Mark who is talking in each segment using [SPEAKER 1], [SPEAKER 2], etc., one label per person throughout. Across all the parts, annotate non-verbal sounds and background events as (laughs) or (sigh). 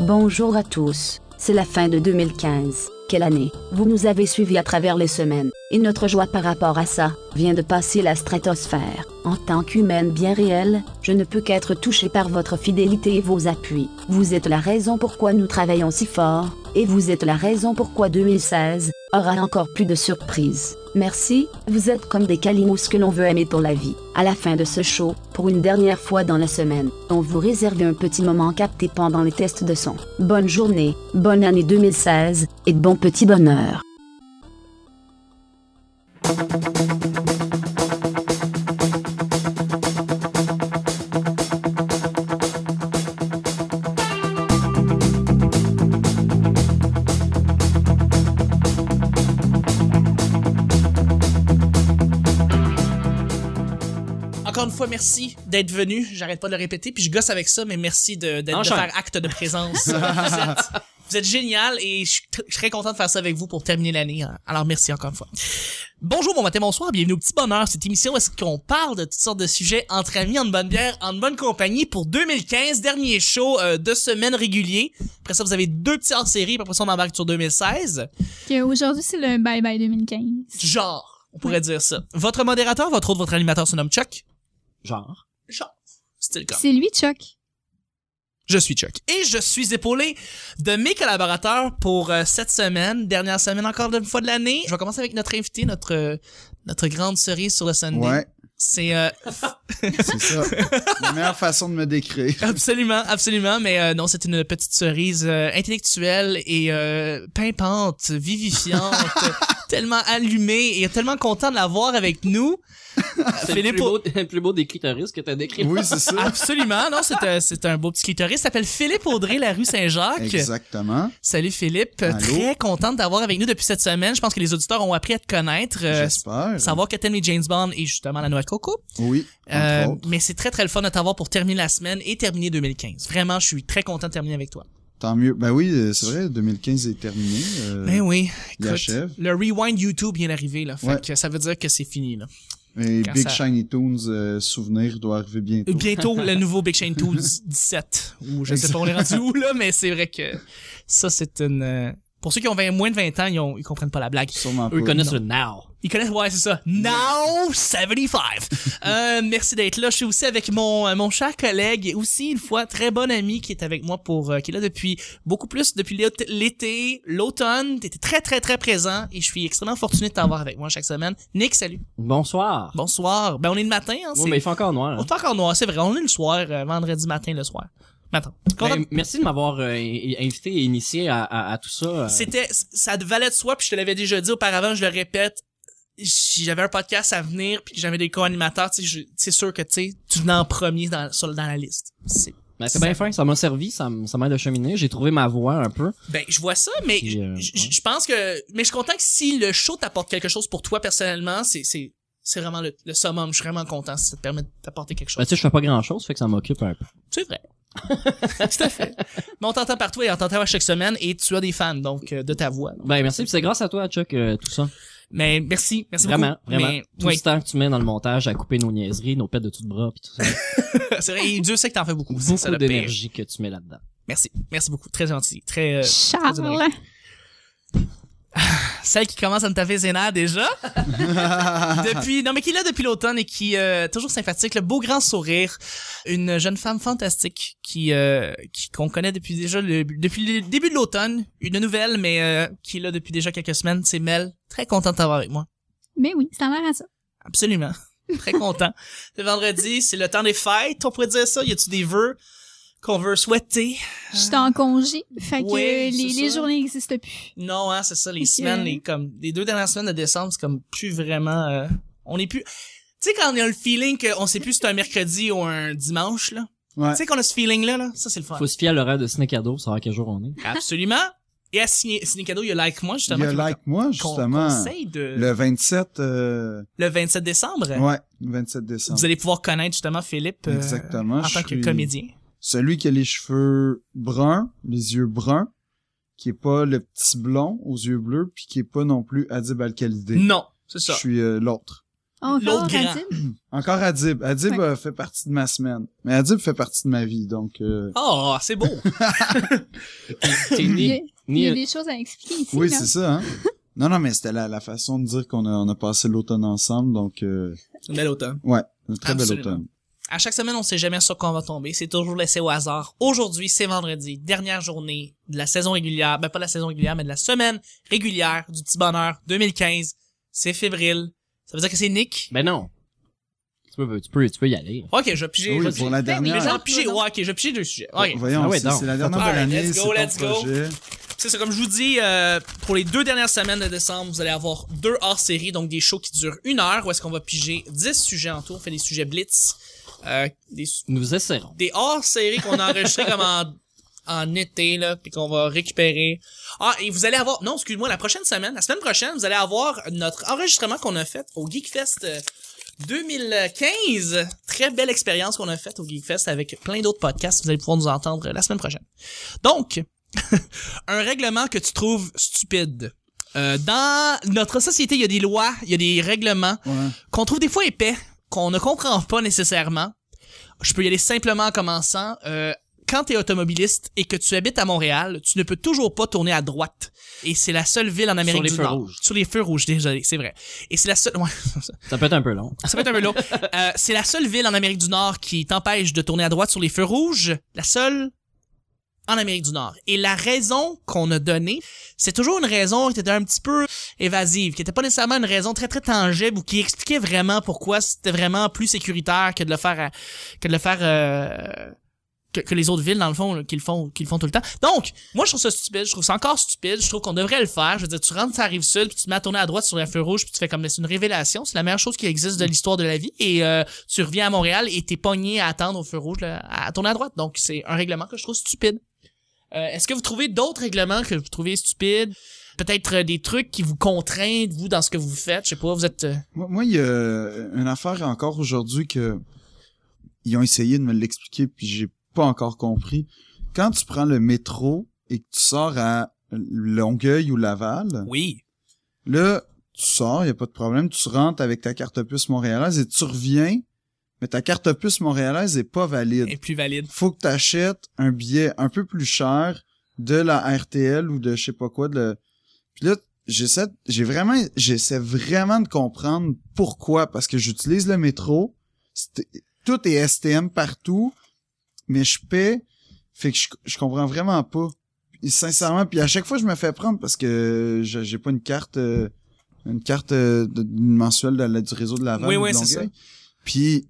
[SPEAKER 1] Bonjour à tous, c'est la fin de 2015. Quelle année Vous nous avez suivis à travers les semaines, et notre joie par rapport à ça vient de passer la stratosphère. En tant qu'humaine bien réelle, je ne peux qu'être touchée par votre fidélité et vos appuis. Vous êtes la raison pourquoi nous travaillons si fort, et vous êtes la raison pourquoi 2016 aura encore plus de surprises. Merci, vous êtes comme des calimous que l'on veut aimer pour la vie. À la fin de ce show, pour une dernière fois dans la semaine, on vous réserve un petit moment capté pendant les tests de son. Bonne journée, bonne année 2016, et bon petit bonheur.
[SPEAKER 2] Encore une fois, merci d'être venu. J'arrête pas de le répéter, puis je gosse avec ça, mais merci de, d'être- de
[SPEAKER 3] Enchaîne.
[SPEAKER 2] faire acte de présence. vous, êtes, vous êtes génial et je suis tr- je suis très content de faire ça avec vous pour terminer l'année. hein. Alors merci encore une fois. Bonjour, bon matin, bonsoir, bienvenue au Petit Bonheur. Cette émission où est-ce qu'on parle de toutes sortes de sujets entre amis, en bonne bière, en bonne compagnie pour 2015, dernier show euh, de semaine régulier. Après ça, vous avez deux petits hors-série, puis après ça, on embarque sur 2016.
[SPEAKER 4] Que Aujourd'hui, c'est le Bye Bye 2015.
[SPEAKER 2] Genre, on pourrait dire ça. Votre modérateur, votre autre, votre animateur se nomme Chuck.
[SPEAKER 3] Genre.
[SPEAKER 2] Genre, c'était le cas.
[SPEAKER 4] C'est lui, Chuck.
[SPEAKER 2] Je suis Chuck. Et je suis épaulé de mes collaborateurs pour euh, cette semaine, dernière semaine encore une fois de l'année. Je vais commencer avec notre invité, notre euh, notre grande cerise sur le Sunday.
[SPEAKER 5] Ouais,
[SPEAKER 2] C'est euh, (laughs)
[SPEAKER 5] c'est ça. La meilleure façon de me décrire.
[SPEAKER 2] absolument, absolument, mais euh, non, c'est une petite cerise euh, intellectuelle et euh, pimpante, (laughs) vivifiante, tellement allumée et tellement content de la voir avec nous.
[SPEAKER 3] C'est le
[SPEAKER 2] Philippe
[SPEAKER 3] plus, beau, le plus beau des clitoris que t'as décrit.
[SPEAKER 5] Oui, c'est
[SPEAKER 2] Ah,
[SPEAKER 5] ça.
[SPEAKER 2] Absolument, non, c'est un, c'est un beau petit clitoris. Il s'appelle Philippe Audrey, la rue Saint-Jacques.
[SPEAKER 5] Exactement.
[SPEAKER 2] Salut Philippe,
[SPEAKER 5] Allô.
[SPEAKER 2] très contente d'avoir avec nous depuis cette semaine. Je pense que les auditeurs ont appris à te connaître, euh,
[SPEAKER 5] J'espère.
[SPEAKER 2] savoir que t'aimes les James Bond et justement la noix de coco.
[SPEAKER 5] Oui,
[SPEAKER 2] Euh,
[SPEAKER 5] entre autres.
[SPEAKER 2] mais c'est très très le fun de t'avoir pour terminer la semaine et terminer 2015. Vraiment, je suis très content de terminer avec toi.
[SPEAKER 5] Tant mieux. Ben oui, euh, c'est vrai, 2015 est terminé. euh,
[SPEAKER 2] ben oui,
[SPEAKER 5] il achève.
[SPEAKER 2] le rewind YouTube vient d'arriver là, fait
[SPEAKER 5] Ouais.
[SPEAKER 2] que ça veut dire que c'est fini là.
[SPEAKER 5] Et
[SPEAKER 2] quand
[SPEAKER 5] Big
[SPEAKER 2] ça-
[SPEAKER 5] Shiny Toons euh, souvenir doit arriver bientôt. (laughs)
[SPEAKER 2] Bientôt le nouveau Big Chain Tool 17 ou je sais pas on est rendu où là, mais c'est vrai que ça c'est une euh, pour ceux qui ont 20 moins de 20 ans, ils, ont, ils comprennent pas la blague.
[SPEAKER 5] Sûrement
[SPEAKER 3] Eux
[SPEAKER 5] pas.
[SPEAKER 3] connaissent le now.
[SPEAKER 2] Ils connaissent, ouais, c'est ça. Now 75.
[SPEAKER 3] (laughs)
[SPEAKER 2] euh, merci d'être là. Je suis aussi avec mon, euh, mon cher collègue et aussi une fois très bon ami qui est avec moi pour, euh, qui est là depuis beaucoup plus, depuis l'été- l'été, l'automne. T'étais très, très, très présent et je suis extrêmement fortuné de t'avoir avec moi chaque semaine. Nick, salut.
[SPEAKER 3] Bonsoir.
[SPEAKER 2] Bonsoir. Ben, on est le matin, hein.
[SPEAKER 3] Bon,
[SPEAKER 2] c'est-
[SPEAKER 3] mais il fait encore noir.
[SPEAKER 2] On
[SPEAKER 3] hein.
[SPEAKER 2] est encore noir, c'est vrai. On est le soir, euh, vendredi matin, le soir. Matin. Content-
[SPEAKER 3] Ben, merci de m'avoir euh, i- invité et initié à, à- à tout ça. euh.
[SPEAKER 2] C'était, ça te valait de soi, puis je te l'avais déjà dit auparavant, je le répète. Si j'avais un podcast à venir, puis que j'avais des co-animateurs, tu sais, je- c'est sûr que tu sais, tu venais en premier dans, sur, dans la liste. C'est-
[SPEAKER 3] Ben, c'est bien fin, ça m'a servi, ça m- ça m'aide à cheminer. J'ai trouvé ma voix un peu.
[SPEAKER 2] Ben, je vois ça, mais
[SPEAKER 3] Puis,
[SPEAKER 2] je-
[SPEAKER 3] euh,
[SPEAKER 2] je
[SPEAKER 3] ouais.
[SPEAKER 2] je pense que, mais je suis content que si le show t'apporte quelque chose pour toi personnellement, c'est, c'est, c'est vraiment le, le summum. Je suis vraiment content si ça te permet de t'apporter quelque chose.
[SPEAKER 3] Ben, tu sais, je fais pas grand chose, fait que ça m'occupe un peu.
[SPEAKER 2] C'est vrai. (laughs) Tout à fait. Mais on t'entend partout et on t'entend à chaque semaine et tu as des fans, donc, euh, de ta voix.
[SPEAKER 3] Ben, merci, puis c'est grâce à toi, Chuck, euh, tout ça.
[SPEAKER 2] Mais merci, merci
[SPEAKER 3] Vraiment,
[SPEAKER 2] beaucoup.
[SPEAKER 3] vraiment.
[SPEAKER 2] Mais,
[SPEAKER 3] tout (laughs)
[SPEAKER 2] ouais,
[SPEAKER 3] le temps que tu mets dans le montage à couper nos niaiseries, nos pets de tout de bras, pis (laughs) tout ça.
[SPEAKER 2] c'est vrai. Et Dieu sait que t'en fais beaucoup. c'est ça
[SPEAKER 3] Beaucoup
[SPEAKER 2] le pire.
[SPEAKER 3] d'énergie que tu mets là-dedans.
[SPEAKER 2] Merci. Merci beaucoup. Très gentil. Très. euh,
[SPEAKER 4] Charles.
[SPEAKER 2] désolé. celle qui commence à me taper ses nerfs déjà. depuis. Non, mais qui est là depuis l'automne et qui. euh, toujours sympathique. Le beau grand sourire. Une jeune femme fantastique qui. euh, qui- qu'on connaît depuis déjà. Le, depuis le début de l'automne. Une nouvelle, mais euh, qui est là depuis déjà quelques semaines. C'est Mel. Très contente de t'avoir avec moi.
[SPEAKER 4] Mais oui, ça m'a l'air à ça.
[SPEAKER 2] Absolument. Très content. (laughs) C'est vendredi, c'est le temps des fêtes. On pourrait dire ça. Y a-tu des vœux qu'on veut souhaiter?
[SPEAKER 4] Je suis en congé, fait que
[SPEAKER 2] Ouais,
[SPEAKER 4] les,
[SPEAKER 2] c'est
[SPEAKER 4] les
[SPEAKER 2] ça.
[SPEAKER 4] journées n'existent plus.
[SPEAKER 2] Non, hein, c'est ça, les
[SPEAKER 4] Ok.
[SPEAKER 2] semaines, les, comme, les deux dernières semaines de décembre, c'est comme plus vraiment, euh, on est plus, tu sais, quand on a le feeling qu'on sait plus si c'est un mercredi ou un dimanche, là.
[SPEAKER 5] Ouais.
[SPEAKER 2] Tu sais qu'on a ce feeling-là, là. Ça, c'est le fun.
[SPEAKER 3] Faut se fier à l'horaire de ciné cadeau, savoir quel jour on (laughs) est.
[SPEAKER 2] Absolument. Et à signer, signer cadeau, il y a Like Moi,
[SPEAKER 5] Il y
[SPEAKER 2] justement.
[SPEAKER 5] a
[SPEAKER 2] qui
[SPEAKER 5] like moi,
[SPEAKER 2] qu'on
[SPEAKER 5] justement.
[SPEAKER 2] conseille de-
[SPEAKER 5] Le 27, euh,
[SPEAKER 2] le 27 décembre.
[SPEAKER 5] ouais, 27 décembre.
[SPEAKER 2] Ben. Vous allez pouvoir connaître, justement, Philippe. euh,
[SPEAKER 5] Exactement,
[SPEAKER 2] en
[SPEAKER 5] je
[SPEAKER 2] tant que
[SPEAKER 5] suis-
[SPEAKER 2] comédien.
[SPEAKER 5] Celui qui a les cheveux bruns, les yeux bruns, qui est pas le petit blond aux yeux bleus, puis qui est pas non plus Adib al
[SPEAKER 2] Non. Mm, C'est
[SPEAKER 5] Je
[SPEAKER 2] ça.
[SPEAKER 5] suis euh, l'autre.
[SPEAKER 4] Encore
[SPEAKER 2] L'autre grand.
[SPEAKER 4] Adib?
[SPEAKER 5] Encore Adib. Adib
[SPEAKER 4] Ouais.
[SPEAKER 5] euh, fait partie de ma semaine. Mais Adib fait partie de ma vie, donc... euh,
[SPEAKER 2] Oh, c'est
[SPEAKER 5] (laughs)
[SPEAKER 2] beau.
[SPEAKER 3] T'es
[SPEAKER 4] Il y a-
[SPEAKER 3] né,
[SPEAKER 4] il y a
[SPEAKER 3] né,
[SPEAKER 4] des choses à expliquer ici.
[SPEAKER 5] Oui,
[SPEAKER 4] là.
[SPEAKER 5] c'est
[SPEAKER 2] (laughs)
[SPEAKER 5] ça, hein? Non, non, mais c'était la, la façon de dire qu'on a, on a passé l'automne ensemble, donc euh,
[SPEAKER 2] C'est un bel automne.
[SPEAKER 5] un très bel
[SPEAKER 2] Absolument.
[SPEAKER 5] automne.
[SPEAKER 2] À chaque semaine, on sait jamais sur quoi on va tomber. C'est toujours laissé au hasard. Aujourd'hui, c'est vendredi, dernière journée de la saison régulière. Ben, pas de la saison régulière, mais de la semaine régulière du Petit Bonheur 2015. C'est fébrile. Ça veut dire que c'est Nick.
[SPEAKER 3] ben non. Tu peux, tu peux, tu peux y aller.
[SPEAKER 2] Ok, je vais piger.
[SPEAKER 5] Ah Oui,
[SPEAKER 2] je vais
[SPEAKER 5] pour
[SPEAKER 2] piger.
[SPEAKER 5] la
[SPEAKER 2] Mais
[SPEAKER 5] dernière.
[SPEAKER 2] je vais piger. Ouais, ok, je vais piger deux sujets. Ok.
[SPEAKER 5] Voyons,
[SPEAKER 3] Ah ouais,
[SPEAKER 5] c'est
[SPEAKER 3] donc.
[SPEAKER 5] c'est la dernière de
[SPEAKER 2] Alright,
[SPEAKER 5] l'année,
[SPEAKER 2] let's
[SPEAKER 5] c'est
[SPEAKER 2] go,
[SPEAKER 5] ton
[SPEAKER 2] let's go.
[SPEAKER 5] projet.
[SPEAKER 2] C'est ça, comme je vous dis, euh, pour les deux dernières semaines de décembre, vous allez avoir deux hors-série, donc des shows qui durent une heure, où est-ce qu'on va piger 10 sujets en tout. On fait des sujets blitz, euh, des,
[SPEAKER 3] Nous essaierons.
[SPEAKER 2] des hors-séries qu'on a enregistrés comme en, en été, là, puis qu'on va récupérer. Ah, et vous allez avoir... Non, excuse-moi, la prochaine semaine, la semaine prochaine, vous allez avoir notre enregistrement qu'on a fait au GeekFest euh, 2015. Très belle expérience qu'on a faite au GeekFest avec plein d'autres podcasts. Vous allez pouvoir nous entendre la semaine prochaine. Donc, (laughs) un règlement que tu trouves stupide. Euh, dans notre société, il y a des lois, il y a des règlements
[SPEAKER 5] Ouais.
[SPEAKER 2] qu'on trouve des fois épais, qu'on ne comprend pas nécessairement. Je peux y aller simplement en commençant. Euh, quand tu es automobiliste et que tu habites à Montréal, tu ne peux toujours pas tourner à droite. Et c'est la seule ville en Amérique
[SPEAKER 3] les
[SPEAKER 2] du
[SPEAKER 3] feux
[SPEAKER 2] Nord.
[SPEAKER 3] rouges.
[SPEAKER 2] Sur les feux rouges, désolé, c'est vrai. Et c'est la seule... ouais,
[SPEAKER 3] Ça peut être un peu long.
[SPEAKER 2] ça peut être un peu long. Euh, c'est la seule ville en Amérique du Nord qui t'empêche de tourner à droite sur les feux rouges. La seule en Amérique du Nord. Et la raison qu'on a donnée, c'est toujours une raison qui était un petit peu évasive, qui n'était pas nécessairement une raison très très tangible ou qui expliquait vraiment pourquoi c'était vraiment plus sécuritaire que de le faire à- que de le faire euh, que, que les autres villes dans le fond là, qu'ils le font qu'ils le font tout le temps. Donc, moi je trouve ça stupide, je trouve ça encore stupide, je trouve qu'on devrait le faire. Je veux dire tu rentres ça arrive sud puis tu te mets à tourner à droite sur un feu rouge puis tu fais comme c'est une révélation, c'est la meilleure chose qui existe de l'histoire de la vie et euh, tu reviens à Montréal et t'es pogné à attendre au feu rouge là, à tourner à droite. Donc c'est un règlement que je trouve stupide. Euh, est-ce que vous trouvez d'autres règlements que vous trouvez stupides peut-être euh, des trucs qui vous contraignent vous dans ce que vous faites, je sais pas, vous êtes euh,
[SPEAKER 5] Moi, moi, il y a une affaire encore aujourd'hui que ils ont essayé de me l'expliquer puis j'ai pas encore compris. Quand tu prends le métro et que tu sors à Longueuil ou Laval,
[SPEAKER 2] oui,
[SPEAKER 5] là, tu sors, il y a pas de problème, tu rentres avec ta carte puce montréalaise et tu reviens, mais ta carte puce montréalaise est pas valide.
[SPEAKER 2] est plus valide.
[SPEAKER 5] faut que tu achètes un billet un peu plus cher de la RTL ou de je sais pas quoi de le- puis là j'essaie j'ai vraiment j'essaie vraiment de comprendre pourquoi parce que j'utilise le métro C'était- tout est STM partout mais je paie fait que je, je comprends vraiment pas Puis sincèrement puis à chaque fois je me fais prendre parce que je- j'ai pas une carte euh, une carte euh, de- mensuelle de la- du réseau de la
[SPEAKER 2] Oui, oui, c'est
[SPEAKER 5] puis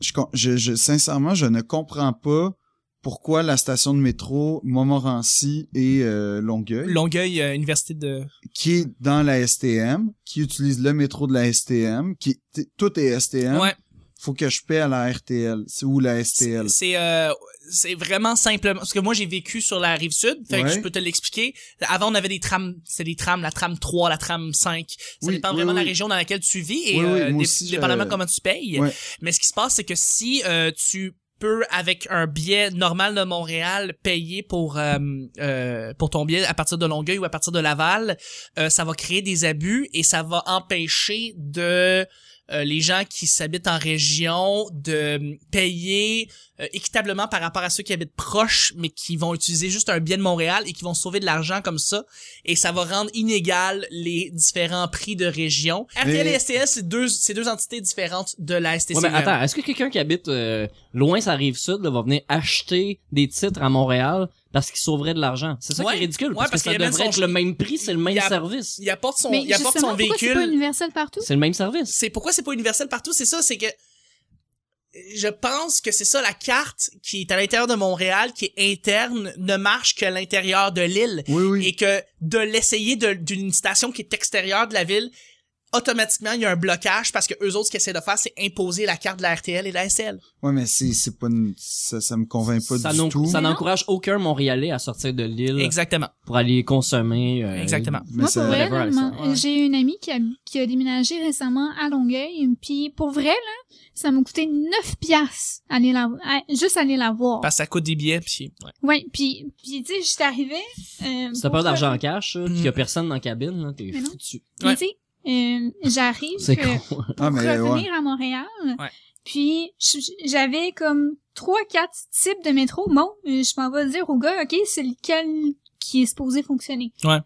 [SPEAKER 5] je, com- je, je- sincèrement, je ne comprends pas pourquoi la station de métro Montmorency et euh, Longueuil,
[SPEAKER 2] Longueuil euh, université de
[SPEAKER 5] qui est dans la STM, qui utilise le métro de la STM, qui t- tout est STM,
[SPEAKER 2] Ouais,
[SPEAKER 5] faut que je paie à la RTL c'est- ou la STL.
[SPEAKER 2] c'est c'est, euh, c'est vraiment simplement parce que moi j'ai vécu sur la rive sud, fait que
[SPEAKER 5] Ouais.
[SPEAKER 2] je peux te l'expliquer. Avant on avait des trams, c'est des trams, la tram 3, la tram 5. Ça
[SPEAKER 5] Oui,
[SPEAKER 2] dépend
[SPEAKER 5] oui,
[SPEAKER 2] vraiment de la
[SPEAKER 5] oui.
[SPEAKER 2] région dans laquelle tu vis et
[SPEAKER 5] Oui, oui,
[SPEAKER 2] euh,
[SPEAKER 5] moi
[SPEAKER 2] dé-
[SPEAKER 5] aussi, je-
[SPEAKER 2] dépendamment comment tu payes.
[SPEAKER 5] Ouais.
[SPEAKER 2] Mais ce qui se passe c'est que si euh, tu peux avec un billet normal de Montréal payer pour euh, euh, pour ton billet à partir de Longueuil ou à partir de Laval, euh, ça va créer des abus et ça va empêcher de euh, les gens qui s'habitent en région de euh, payer euh, équitablement par rapport à ceux qui habitent proches mais qui vont utiliser juste un billet de Montréal et qui vont sauver de l'argent comme ça et ça va rendre inégal les différents prix de région. RTL et
[SPEAKER 5] Mais-
[SPEAKER 2] STS c'est deux c'est deux entités différentes de la STC.
[SPEAKER 3] Ouais, mais attends, est-ce que quelqu'un qui habite euh, loin ça rive sud là, va venir acheter des titres à Montréal parce qu'il sauverait de l'argent C'est ça
[SPEAKER 2] Ouais.
[SPEAKER 3] qui est ridicule
[SPEAKER 2] Ouais,
[SPEAKER 3] parce,
[SPEAKER 2] parce
[SPEAKER 3] que ça
[SPEAKER 2] qu'il y a même
[SPEAKER 3] devrait
[SPEAKER 2] son-
[SPEAKER 3] être le même prix, c'est le
[SPEAKER 2] Il y
[SPEAKER 3] même
[SPEAKER 2] a-
[SPEAKER 3] service.
[SPEAKER 2] il apporte son
[SPEAKER 4] Mais
[SPEAKER 2] il apporte son
[SPEAKER 4] justement, pourquoi c'est pas
[SPEAKER 2] véhicule.
[SPEAKER 4] universel partout?
[SPEAKER 3] C'est le même service.
[SPEAKER 2] C'est pourquoi c'est pas universel partout, c'est ça, c'est que je pense que c'est ça la carte qui est à l'intérieur de Montréal, qui est interne, ne marche qu'à l'intérieur de l'île
[SPEAKER 5] Oui, oui.
[SPEAKER 2] et que de l'essayer de- d'une station qui est extérieure de la ville, automatiquement il y a un blocage parce que eux autres ce qu'ils essaient de faire c'est imposer la carte de la RTL et de la SL.
[SPEAKER 5] Ouais, mais c'est c'est pas une- ça ça me convainc pas
[SPEAKER 3] ça
[SPEAKER 5] du
[SPEAKER 3] n'en-
[SPEAKER 5] tout.
[SPEAKER 3] ça
[SPEAKER 4] Mais non.
[SPEAKER 3] n'encourage aucun Montréalais à sortir de l'île
[SPEAKER 2] Exactement.
[SPEAKER 3] pour aller consommer.
[SPEAKER 5] Ben
[SPEAKER 3] euh,
[SPEAKER 2] Exactement.
[SPEAKER 5] Mais
[SPEAKER 4] Moi,
[SPEAKER 5] ça-
[SPEAKER 4] pour vrai,
[SPEAKER 3] Whatever,
[SPEAKER 4] là,
[SPEAKER 3] Alexandre.
[SPEAKER 4] man- j'ai une amie qui a, qui a déménagé récemment à Longueuil, puis pour vrai, là, ça m'a coûté 9 piastres aller la, à- juste aller la voir.
[SPEAKER 2] Parce que ça coûte des billets puis ouais.
[SPEAKER 4] Ouais, puis, puis tu sais, j'étais arrivée... Euh,
[SPEAKER 3] Si t'as
[SPEAKER 4] pour-
[SPEAKER 3] peur d'argent en cash, là, pis
[SPEAKER 2] Mm.
[SPEAKER 3] qu'il y a personne dans la cabine, là, t'es
[SPEAKER 4] Mais non.
[SPEAKER 3] foutu.
[SPEAKER 4] Mais
[SPEAKER 2] Ouais.
[SPEAKER 4] tu sais, Euh, J'arrive
[SPEAKER 3] C'est
[SPEAKER 4] euh,
[SPEAKER 3] con.
[SPEAKER 4] pour
[SPEAKER 5] Ah, mais ouais.
[SPEAKER 4] revenir à Montréal.
[SPEAKER 2] Ouais.
[SPEAKER 4] Puis je- j'avais comme trois, quatre types de métro. Bon, euh, je m'en vais dire au gars, ok, c'est lequel qui est supposé fonctionner.
[SPEAKER 2] Ouais.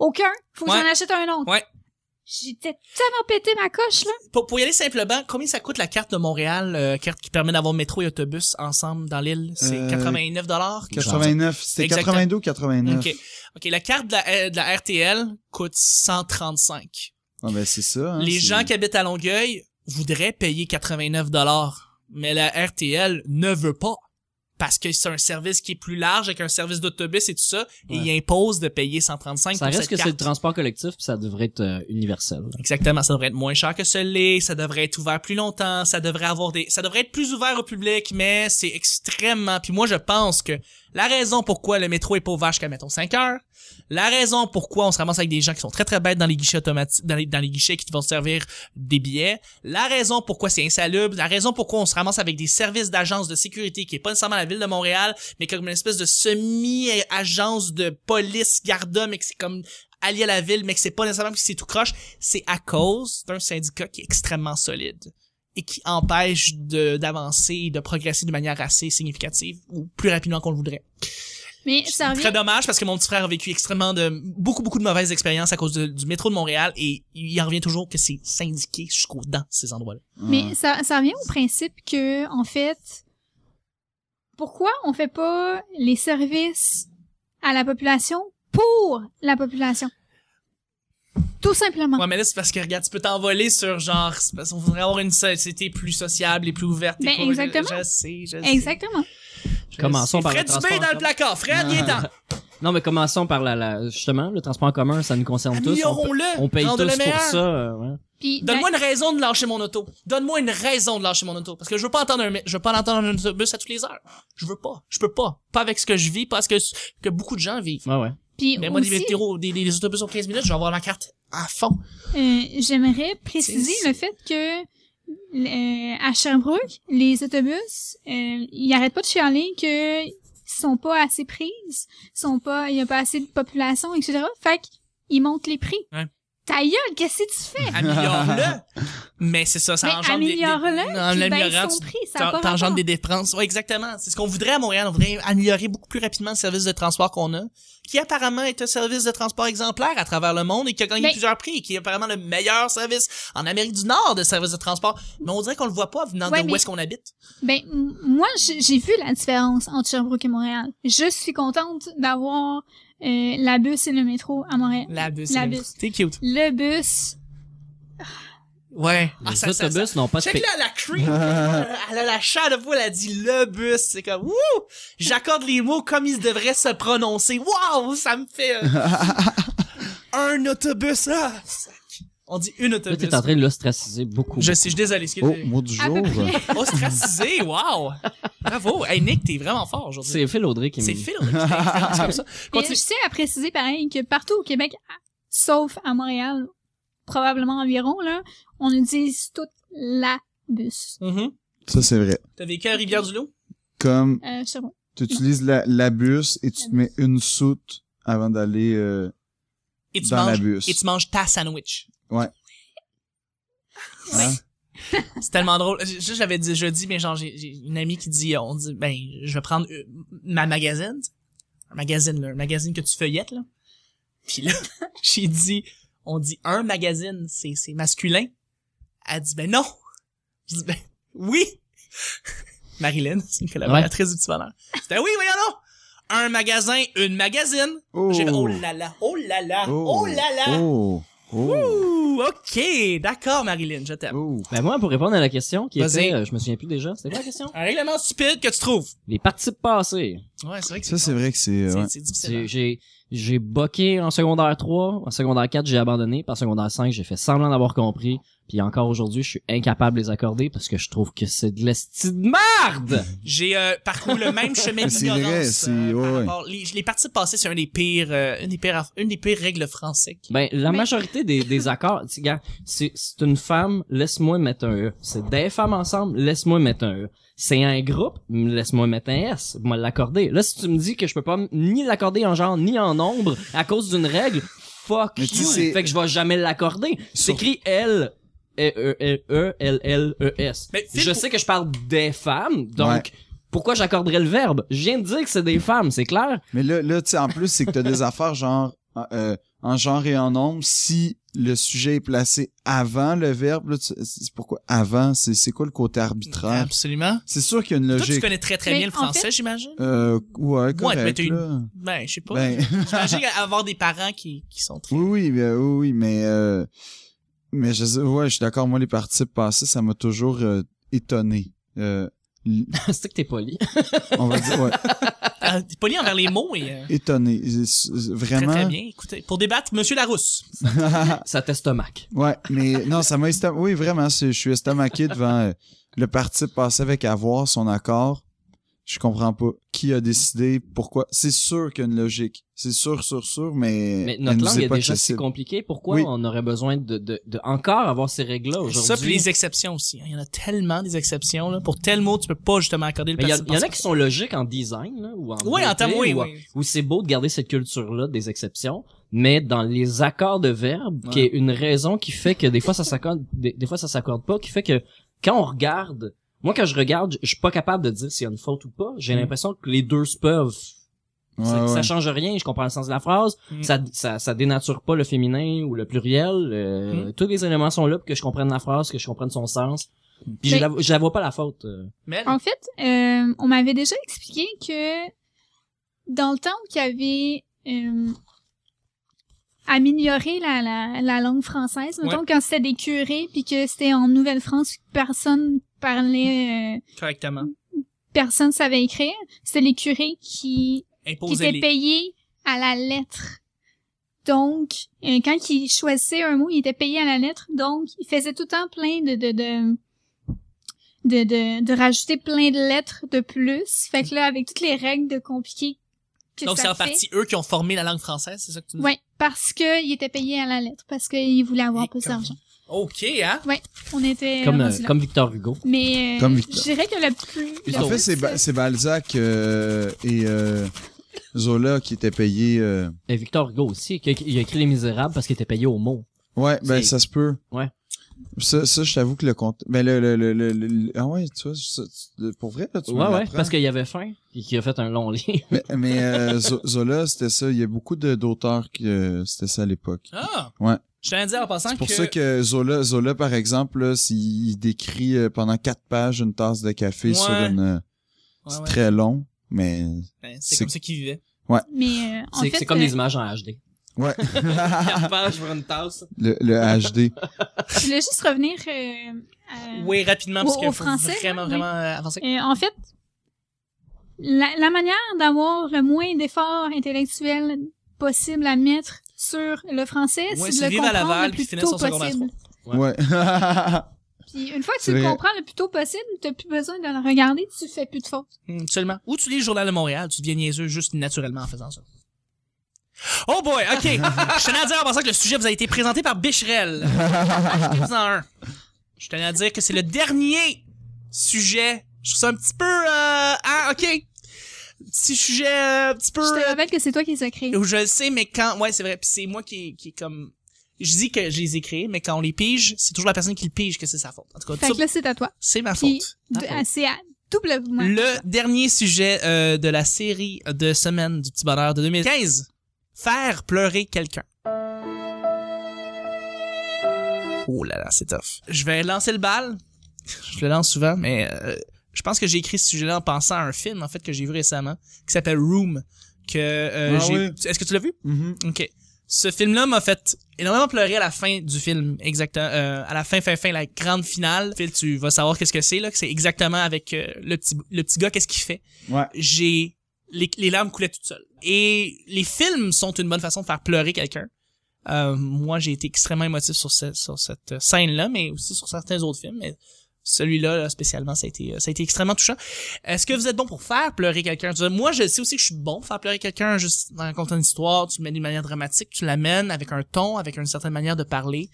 [SPEAKER 4] Aucun. Faut que
[SPEAKER 2] Ouais.
[SPEAKER 4] j'en achète un autre.
[SPEAKER 2] Ouais.
[SPEAKER 4] J'étais tellement pété ma coche là.
[SPEAKER 2] Pour, pour y aller simplement, combien ça coûte la carte de Montréal, euh, carte qui permet d'avoir métro et autobus ensemble dans l'île? C'est
[SPEAKER 5] Euh,
[SPEAKER 2] 89 dollars?
[SPEAKER 5] 89, c'était
[SPEAKER 2] Exactement.
[SPEAKER 5] 82 89.
[SPEAKER 2] Ok. Ok, la carte de la, euh, de la RTL coûte 135.
[SPEAKER 5] Ah ben c'est ça. hein,
[SPEAKER 2] Les
[SPEAKER 5] c'est-
[SPEAKER 2] gens qui habitent à Longueuil voudraient payer 89 dollars, mais la RTL ne veut pas parce que c'est un service qui est plus large avec un service d'autobus et tout ça, et
[SPEAKER 3] Ouais.
[SPEAKER 2] ils imposent de payer 135 pour
[SPEAKER 3] Ça reste
[SPEAKER 2] cette
[SPEAKER 3] que c'est le
[SPEAKER 2] carte.
[SPEAKER 3] transport collectif, puis ça devrait être euh, universel.
[SPEAKER 2] Exactement, ça devrait être moins cher que ce l'est, ça devrait être ouvert plus longtemps, ça devrait avoir des ça devrait être plus ouvert au public, mais c'est extrêmement puis moi je pense que la raison pourquoi le métro est pas ouvert jusqu'à mettons 5 heures, la raison pourquoi on se ramasse avec des gens qui sont très très bêtes dans les guichets automatiques dans les, dans les guichets qui vont te servir des billets, la raison pourquoi c'est insalubre, la raison pourquoi on se ramasse avec des services d'agence de sécurité qui est pas nécessairement la ville de Montréal, mais comme une espèce de semi agence de police garda mais que c'est comme allié à la ville mais que c'est pas nécessairement que c'est tout croche c'est à cause d'un syndicat qui est extrêmement solide et qui empêche de- d'avancer et de progresser de manière assez significative ou plus rapidement qu'on le voudrait.
[SPEAKER 4] Mais ça
[SPEAKER 2] Très
[SPEAKER 4] revient.
[SPEAKER 2] dommage parce que mon petit frère a vécu extrêmement de beaucoup beaucoup de mauvaises expériences à cause de- du métro de Montréal et il en revient toujours que c'est syndiqué jusqu'aux dents ces endroits-là.
[SPEAKER 5] Ouais.
[SPEAKER 4] Mais ça, ça revient au principe que en fait, pourquoi on fait pas les services à la population pour la population Tout simplement.
[SPEAKER 2] Ouais, mais là c'est parce que regarde, tu peux t'envoler sur genre c'est parce qu'on voudrait avoir une société plus sociable et plus ouverte. et
[SPEAKER 4] Ben,
[SPEAKER 2] plus-
[SPEAKER 4] exactement.
[SPEAKER 2] Je sais, je sais.
[SPEAKER 4] Exactement.
[SPEAKER 2] je
[SPEAKER 3] Commençons
[SPEAKER 2] sais.
[SPEAKER 3] par le
[SPEAKER 2] Fred Dubé est
[SPEAKER 3] transport. Ah.
[SPEAKER 2] dans le placard. Fred, il est dans.
[SPEAKER 3] Non, mais commençons par la, la- justement, le transport en commun, ça nous concerne tous. On, pa-
[SPEAKER 2] Améliorons-le.
[SPEAKER 3] on paye tous
[SPEAKER 2] Rendons-le
[SPEAKER 3] pour
[SPEAKER 2] meilleur.
[SPEAKER 3] ça. euh, ouais.
[SPEAKER 4] Puis
[SPEAKER 2] Donne-moi une raison de lâcher mon auto. Donne-moi une raison de lâcher mon auto. Parce que je veux pas entendre un, je veux pas entendre un autobus à toutes les heures. Je veux pas. Je peux pas. Pas avec ce que je vis, pas ce que, que beaucoup de gens vivent.
[SPEAKER 3] Ouais, ouais.
[SPEAKER 4] Puis
[SPEAKER 2] Mais Ben, moi, des,
[SPEAKER 4] aussi,
[SPEAKER 2] vétéros- des, des- des autobus ont 15 minutes, je vais avoir ma carte à
[SPEAKER 4] (laughs)
[SPEAKER 2] fond.
[SPEAKER 4] euh, j'aimerais préciser
[SPEAKER 2] C'est-
[SPEAKER 4] le fait que euh, à Sherbrooke, les autobus, euh, ils arrêtent pas de chialer que ils sont pas assez prises, sont pas, il y a pas assez de population, etc. Fait qu'ils montent les prix.
[SPEAKER 2] Ouais.
[SPEAKER 4] Ta gueule, qu'est-ce que tu fais?
[SPEAKER 2] Améliore-le. Mais c'est ça, ça
[SPEAKER 4] Mais
[SPEAKER 2] engendre des- des,
[SPEAKER 4] améliore-le,
[SPEAKER 2] en
[SPEAKER 4] puis ben,
[SPEAKER 2] l'améliorant,
[SPEAKER 4] baisse son
[SPEAKER 2] tu-
[SPEAKER 4] prix, ça a
[SPEAKER 2] t'en-
[SPEAKER 4] pas
[SPEAKER 2] t'engendres
[SPEAKER 4] rapport.
[SPEAKER 2] des dépenses. Ouais, exactement. C'est ce qu'on voudrait à Montréal. On voudrait améliorer beaucoup plus rapidement le service de transport qu'on a, qui apparemment est un service de transport exemplaire à travers le monde et qui a gagné
[SPEAKER 4] Mais-
[SPEAKER 2] plusieurs prix et qui est apparemment le meilleur service en Amérique du Nord de service de transport. Mais on dirait qu'on le voit pas venant
[SPEAKER 4] Ouais,
[SPEAKER 2] de où
[SPEAKER 4] mais-
[SPEAKER 2] est-ce qu'on habite.
[SPEAKER 4] Ben, m- moi, j'ai j'ai vu la différence entre Sherbrooke et Montréal. Je suis contente d'avoir euh, la bus et le métro à Montréal.
[SPEAKER 2] La bus.
[SPEAKER 4] La bus.
[SPEAKER 2] C'est cute.
[SPEAKER 4] Le bus,
[SPEAKER 2] Ouais.
[SPEAKER 3] Les autobus n'ont pas de
[SPEAKER 2] Check
[SPEAKER 3] paye.
[SPEAKER 2] là, la
[SPEAKER 5] (laughs)
[SPEAKER 2] creep! elle a la chair de poule, elle a dit le bus. C'est comme, wouh! J'accorde les mots comme ils devraient se prononcer. Waouh! Ça me fait
[SPEAKER 5] (laughs)
[SPEAKER 2] euh, un autobus, ah! Sac. On dit une
[SPEAKER 3] Là,
[SPEAKER 2] autobus.
[SPEAKER 3] t'es en train de l'ostraciser beaucoup.
[SPEAKER 2] Je sais, je suis désolé.
[SPEAKER 5] Oh,
[SPEAKER 2] excusez-moi.
[SPEAKER 5] mot du
[SPEAKER 4] à peu
[SPEAKER 5] jour.
[SPEAKER 4] près.
[SPEAKER 2] Ostracisé, waouh! Bravo! Hey Nick, t'es vraiment fort aujourd'hui.
[SPEAKER 3] C'est Phil Audrey qui me
[SPEAKER 2] C'est Phil, on a dit, c'est comme ça.
[SPEAKER 4] Mais
[SPEAKER 2] Continue.
[SPEAKER 4] je tiens à préciser pareil que partout au Québec, à- sauf à Montréal, probablement environ, là, on utilise toute la bus.
[SPEAKER 2] Mhm.
[SPEAKER 5] (laughs) Ça c'est vrai.
[SPEAKER 2] T'as vécu à Rivière-du-Loup?
[SPEAKER 5] Comme
[SPEAKER 4] Euh, je sais pas.
[SPEAKER 5] tu utilises la, la bus et tu te mets une soute avant d'aller euh,
[SPEAKER 2] Et tu
[SPEAKER 5] dans la
[SPEAKER 2] manges,
[SPEAKER 5] bus.
[SPEAKER 2] et tu manges ta sandwich.
[SPEAKER 5] Hein?
[SPEAKER 2] C'est tellement drôle. Je, je l'avais dit jeudi, mais genre, j'ai j'ai une amie qui dit, euh, on dit, ben, je vais prendre euh, ma magazine. Un magazine, là. Un magazine que tu feuillettes, là. Puis là, (laughs) j'ai dit, on dit un magazine, c'est, c'est masculin. Elle dit, ben non. Je dis, ben, oui. (laughs) Marilyn, c'est une collaboratrice du petit bonheur. C'était oui, voyons donc. Un magasin, une magazine.
[SPEAKER 5] Oh.
[SPEAKER 2] J'ai fait, oh là là, oh là là, oh, là là.
[SPEAKER 5] Oh. Oh.
[SPEAKER 2] Ouh, ok, d'accord, Marilyn, je t'aime.
[SPEAKER 5] Oh.
[SPEAKER 3] Ben moi, pour répondre à la question qui
[SPEAKER 2] Vas-y.
[SPEAKER 3] était, euh, je me souviens plus déjà, c'était quoi la question?
[SPEAKER 2] Un règlement stupide que tu trouves.
[SPEAKER 3] Les participes passés.
[SPEAKER 2] Ouais, c'est vrai que
[SPEAKER 5] Ça c'est vrai que c'est euh, ouais.
[SPEAKER 2] c'est
[SPEAKER 3] J'ai-
[SPEAKER 2] difficile.
[SPEAKER 3] J'ai j'ai boqué en secondaire 3, en secondaire 4 j'ai abandonné, puis en secondaire 5 j'ai fait semblant d'avoir compris, puis encore aujourd'hui je suis incapable de les accorder parce que je trouve que c'est de l'esti de merde!
[SPEAKER 2] J'ai euh, parcouru le
[SPEAKER 5] (laughs)
[SPEAKER 2] même chemin
[SPEAKER 5] Mais c'est vrai,
[SPEAKER 2] d'ignorance.
[SPEAKER 5] c'est-
[SPEAKER 2] euh, par
[SPEAKER 5] ouais, ouais.
[SPEAKER 2] rapport- Les, les parties passées, c'est un des pires, euh, une des pires, aff- une des pires règles françaises. qui-
[SPEAKER 3] Ben la
[SPEAKER 4] Mais-
[SPEAKER 3] majorité des,
[SPEAKER 2] (laughs)
[SPEAKER 3] des accords, tu sais, gars, c'est c'est une femme, laisse-moi mettre un E. C'est des femmes ensemble, laisse-moi mettre un E. C'est un groupe, laisse-moi mettre un S, moi l'accorder. Là si tu me dis que je peux pas m- ni l'accorder en genre ni en nombre à cause d'une règle, fuck
[SPEAKER 5] Mais tu
[SPEAKER 3] you.
[SPEAKER 5] sais-
[SPEAKER 3] Fait que je vais jamais l'accorder. C'est
[SPEAKER 5] Sauf-
[SPEAKER 3] écrit L. E, E-E-L-L-E-S.
[SPEAKER 2] Mais Phil,
[SPEAKER 3] E, Je
[SPEAKER 2] pour-
[SPEAKER 3] sais que je parle des femmes, donc
[SPEAKER 5] Ouais.
[SPEAKER 3] pourquoi j'accorderais le verbe? Je viens de dire que c'est des femmes, c'est
[SPEAKER 5] (laughs)
[SPEAKER 3] clair?
[SPEAKER 5] Mais là, là tu sais, en plus, c'est que t'as des affaires genre euh, en genre et en nombre. Si le sujet est placé avant le verbe, là, tu- c'est pourquoi avant? C'est c'est quoi le côté arbitraire?
[SPEAKER 2] Absolument.
[SPEAKER 5] C'est sûr qu'il y a une
[SPEAKER 2] Toi, tu
[SPEAKER 5] logique.
[SPEAKER 2] connais très très
[SPEAKER 4] Mais
[SPEAKER 2] bien le
[SPEAKER 4] en
[SPEAKER 2] français, j'imagine?
[SPEAKER 5] Euh, ouais, correct,
[SPEAKER 2] mais t'as une-
[SPEAKER 5] là.
[SPEAKER 2] Ben, je sais pas.
[SPEAKER 5] Ben,
[SPEAKER 2] (laughs) J'imagine avoir des parents qui, qui sont très...
[SPEAKER 5] oui, oui, mais, oui, oui, mais, euh, mais je sais- ouais, je suis d'accord. Moi, les participes passés, ça m'a toujours euh, étonné. Euh, l-
[SPEAKER 3] c'est que t'es poli.
[SPEAKER 5] (laughs) on va
[SPEAKER 3] (laughs)
[SPEAKER 5] dire, ouais,
[SPEAKER 2] Ah, T'es poli envers les mots et... euh,
[SPEAKER 5] étonné. C'est- c'est
[SPEAKER 2] Très
[SPEAKER 5] Vraiment.
[SPEAKER 2] très bien. Écoutez, pour débattre, Monsieur Larousse.
[SPEAKER 3] Ça t'estomac.
[SPEAKER 5] Ouais, mais non, ça m'a estam... Oui, vraiment, c'est- je suis estomaqué devant euh, le participe passé avec avoir son accord. Je comprends pas qui a décidé, pourquoi. C'est sûr qu'il y a une logique. C'est sûr, sûr, sûr, mais.
[SPEAKER 3] Mais
[SPEAKER 5] Euh, elle
[SPEAKER 3] notre
[SPEAKER 5] nous
[SPEAKER 3] langue est
[SPEAKER 5] pas
[SPEAKER 3] déjà si
[SPEAKER 5] accessible.
[SPEAKER 3] compliquée. Pourquoi
[SPEAKER 5] Oui.
[SPEAKER 3] on aurait besoin de, de, de encore avoir ces règles-là aujourd'hui?
[SPEAKER 2] Ça, puis les exceptions aussi. hein. Il y en a tellement des exceptions. Là. Pour tel mot, tu peux pas justement accorder le
[SPEAKER 3] Mais il y, a-
[SPEAKER 2] participe
[SPEAKER 3] il y en a
[SPEAKER 2] passé.
[SPEAKER 3] qui sont logiques en design, là, ou en
[SPEAKER 2] Oui, en
[SPEAKER 3] beauté,
[SPEAKER 2] termes, oui,
[SPEAKER 3] ou en-
[SPEAKER 2] oui.
[SPEAKER 3] où c'est beau de garder cette culture-là des exceptions, mais dans les accords de verbes, qui est une raison qui fait que des fois ça s'accorde, des, des fois ça s'accorde pas, qui fait que quand on regarde, moi quand je regarde, je je suis pas capable de dire s'il y a une faute ou pas. J'ai
[SPEAKER 5] Mm.
[SPEAKER 3] l'impression que les deux se peuvent. ça,
[SPEAKER 5] Ouais,
[SPEAKER 3] ça
[SPEAKER 5] ouais.
[SPEAKER 3] change rien, je comprends le sens de la phrase,
[SPEAKER 2] Mm.
[SPEAKER 3] ça, ça ça dénature pas le féminin ou le pluriel, euh, tous les éléments sont là pour que je comprenne la phrase, que je comprenne son sens. Puis je
[SPEAKER 4] Mais-
[SPEAKER 3] la, je la vois pas la faute. euh.
[SPEAKER 2] Mais-
[SPEAKER 4] En fait, euh, on m'avait déjà expliqué que dans le temps qu'il y avait euh, amélioré la, la, la langue française, mettons quand c'était des curés, puis que c'était en Nouvelle-France, que personne parlait, euh,
[SPEAKER 2] Correctement.
[SPEAKER 4] personne savait écrire, c'était les curés qui, qui
[SPEAKER 2] Imposer
[SPEAKER 4] étaient
[SPEAKER 2] les...
[SPEAKER 4] payés à la lettre. Donc, euh, quand ils choisissaient un mot, ils étaient payés à la lettre, donc ils faisaient tout le temps plein de... de, de de, de, de rajouter plein de lettres de plus. Fait que là, avec toutes les règles de compliquées que
[SPEAKER 2] Donc, c'est
[SPEAKER 4] ça
[SPEAKER 2] en
[SPEAKER 4] fait...
[SPEAKER 2] partie eux qui ont formé la langue française, c'est ça que tu nous dis?
[SPEAKER 4] Ouais, parce que ils étaient payés à la lettre, parce qu'ils voulaient avoir
[SPEAKER 2] Et
[SPEAKER 4] plus
[SPEAKER 2] comme-
[SPEAKER 4] d'argent.
[SPEAKER 2] OK, hein?
[SPEAKER 4] On était
[SPEAKER 3] comme euh,
[SPEAKER 4] rendus là.
[SPEAKER 3] comme Victor Hugo.
[SPEAKER 4] Mais euh,
[SPEAKER 5] Comme Victor.
[SPEAKER 4] je dirais que le plus...
[SPEAKER 5] En
[SPEAKER 4] le
[SPEAKER 5] fait,
[SPEAKER 4] plus,
[SPEAKER 5] c'est
[SPEAKER 4] euh,
[SPEAKER 5] Ba- c'est Balzac euh, et euh, Zola qui étaient payés. euh,
[SPEAKER 3] Et Victor Hugo aussi, qui a, qui a écrit Les Misérables parce qu'il était payé au mot.
[SPEAKER 5] Ouais,
[SPEAKER 3] C'est-
[SPEAKER 5] ben ça se peut.
[SPEAKER 3] Ouais.
[SPEAKER 5] Ça, ça je t'avoue que le compte. Ben le, le, le, le- le- Ah ouais, tu vois, ça- tu- pour vrai, là, tu me
[SPEAKER 3] ouais, ouais,
[SPEAKER 5] l'apprends.
[SPEAKER 3] parce qu'il avait faim et qu'il a fait un long (laughs) lit.
[SPEAKER 5] Mais, mais, euh, Zo- Zola, c'était ça. Il y a beaucoup de- d'auteurs qui euh, c'était ça à l'époque.
[SPEAKER 2] Ah!
[SPEAKER 5] Ouais.
[SPEAKER 2] Je tiens à dire en passant
[SPEAKER 5] C'est pour
[SPEAKER 2] que...
[SPEAKER 5] ça que Zola, Zola par exemple, là, s'il il décrit euh, pendant quatre pages une tasse de café
[SPEAKER 2] Ouais.
[SPEAKER 5] sur une, euh,
[SPEAKER 2] Ouais,
[SPEAKER 5] c'est
[SPEAKER 2] ouais.
[SPEAKER 5] très long, mais
[SPEAKER 2] Ben,
[SPEAKER 5] c'est-
[SPEAKER 2] C'est comme ça qu'ils
[SPEAKER 5] (laughs)
[SPEAKER 2] vivaient.
[SPEAKER 4] Mais euh, en
[SPEAKER 3] C'est
[SPEAKER 4] fait,
[SPEAKER 3] c'est comme
[SPEAKER 4] euh,
[SPEAKER 3] des images en HD.
[SPEAKER 5] ouais,
[SPEAKER 3] page pour une tasse.
[SPEAKER 5] le, le HD.
[SPEAKER 4] je voulais juste revenir... euh, à-
[SPEAKER 2] Oui, rapidement, parce
[SPEAKER 4] Au-
[SPEAKER 2] que
[SPEAKER 4] au
[SPEAKER 2] faut
[SPEAKER 4] français,
[SPEAKER 2] vraiment,
[SPEAKER 4] oui.
[SPEAKER 2] vraiment euh, avancer.
[SPEAKER 4] Euh, en fait, la, la manière d'avoir le moins d'efforts intellectuels possible à mettre sur le français,
[SPEAKER 2] Ouais, c'est
[SPEAKER 4] c'est de le
[SPEAKER 2] vivre à
[SPEAKER 4] comprendre
[SPEAKER 2] Laval,
[SPEAKER 4] le plus
[SPEAKER 2] puis finir
[SPEAKER 4] tôt
[SPEAKER 2] son secondaire
[SPEAKER 4] possible.
[SPEAKER 3] Ouais.
[SPEAKER 5] Ouais. (laughs)
[SPEAKER 4] Puis une fois que
[SPEAKER 5] C'est
[SPEAKER 4] tu le
[SPEAKER 5] vrai.
[SPEAKER 4] comprends le plus tôt possible, t'as plus besoin de le regarder, tu fais plus de fautes.
[SPEAKER 2] Hum, Absolument. Ou tu lis le journal de Montréal, tu deviens niaiseux juste naturellement en faisant ça. Oh boy,
[SPEAKER 4] (laughs)
[SPEAKER 2] ok. je tenais à dire en passant que le sujet vous a été présenté par Bicherel. Je vous en un. Je tenais à dire que c'est le dernier sujet. Je trouve ça un petit peu... Euh, ah, ok. Petit sujet euh, un petit peu...
[SPEAKER 4] Je te
[SPEAKER 2] euh,
[SPEAKER 4] rappelle que c'est toi qui les as créés.
[SPEAKER 2] Je le sais, mais quand... Ouais, c'est vrai. Puis c'est moi qui, qui est comme... Je dis que je les ai créés, mais quand on les pige, c'est toujours la personne qui le pige que c'est sa faute. En tout cas,
[SPEAKER 4] Fait
[SPEAKER 2] ça,
[SPEAKER 4] que là, c'est à toi.
[SPEAKER 2] c'est ma
[SPEAKER 4] Puis,
[SPEAKER 2] faute.
[SPEAKER 4] de-
[SPEAKER 3] Ah,
[SPEAKER 4] ah, c'est à doublement.
[SPEAKER 2] Le dernier sujet euh, de la série de semaine du petit bonheur de 2015. Faire pleurer quelqu'un. Oh là là, c'est tough. Je vais lancer le bal. Je le lance souvent, mais euh, je pense que j'ai écrit ce sujet-là en pensant à un film en fait que j'ai vu récemment qui s'appelle Room. Que euh,
[SPEAKER 5] Ah
[SPEAKER 2] j'ai-
[SPEAKER 5] oui.
[SPEAKER 2] Est-ce que tu l'as vu?
[SPEAKER 5] Mhm.
[SPEAKER 2] Ok. Ce film-là m'a fait énormément pleurer à la fin du film, exactement. Euh, à la fin, fin, fin, la grande finale. Phil, tu vas savoir qu'est-ce que c'est là. que C'est exactement avec euh, le petit le petit gars, qu'est-ce qu'il fait
[SPEAKER 5] Ouais.
[SPEAKER 2] J'ai les, les larmes coulaient toutes seules. Et les films sont une bonne façon de faire pleurer quelqu'un. Euh, moi, j'ai été extrêmement émotif sur, ce- sur cette euh, scène-là, mais aussi sur certains autres films. Mais celui-là, là, spécialement, ça a été, euh, ça a été extrêmement touchant. Est-ce que vous êtes bon pour faire pleurer quelqu'un? Tu vois, Moi, je sais aussi que je suis bon pour faire pleurer quelqu'un juste en racontant une histoire, tu le mets d'une manière dramatique, tu l'amènes avec un ton, avec une certaine manière de parler.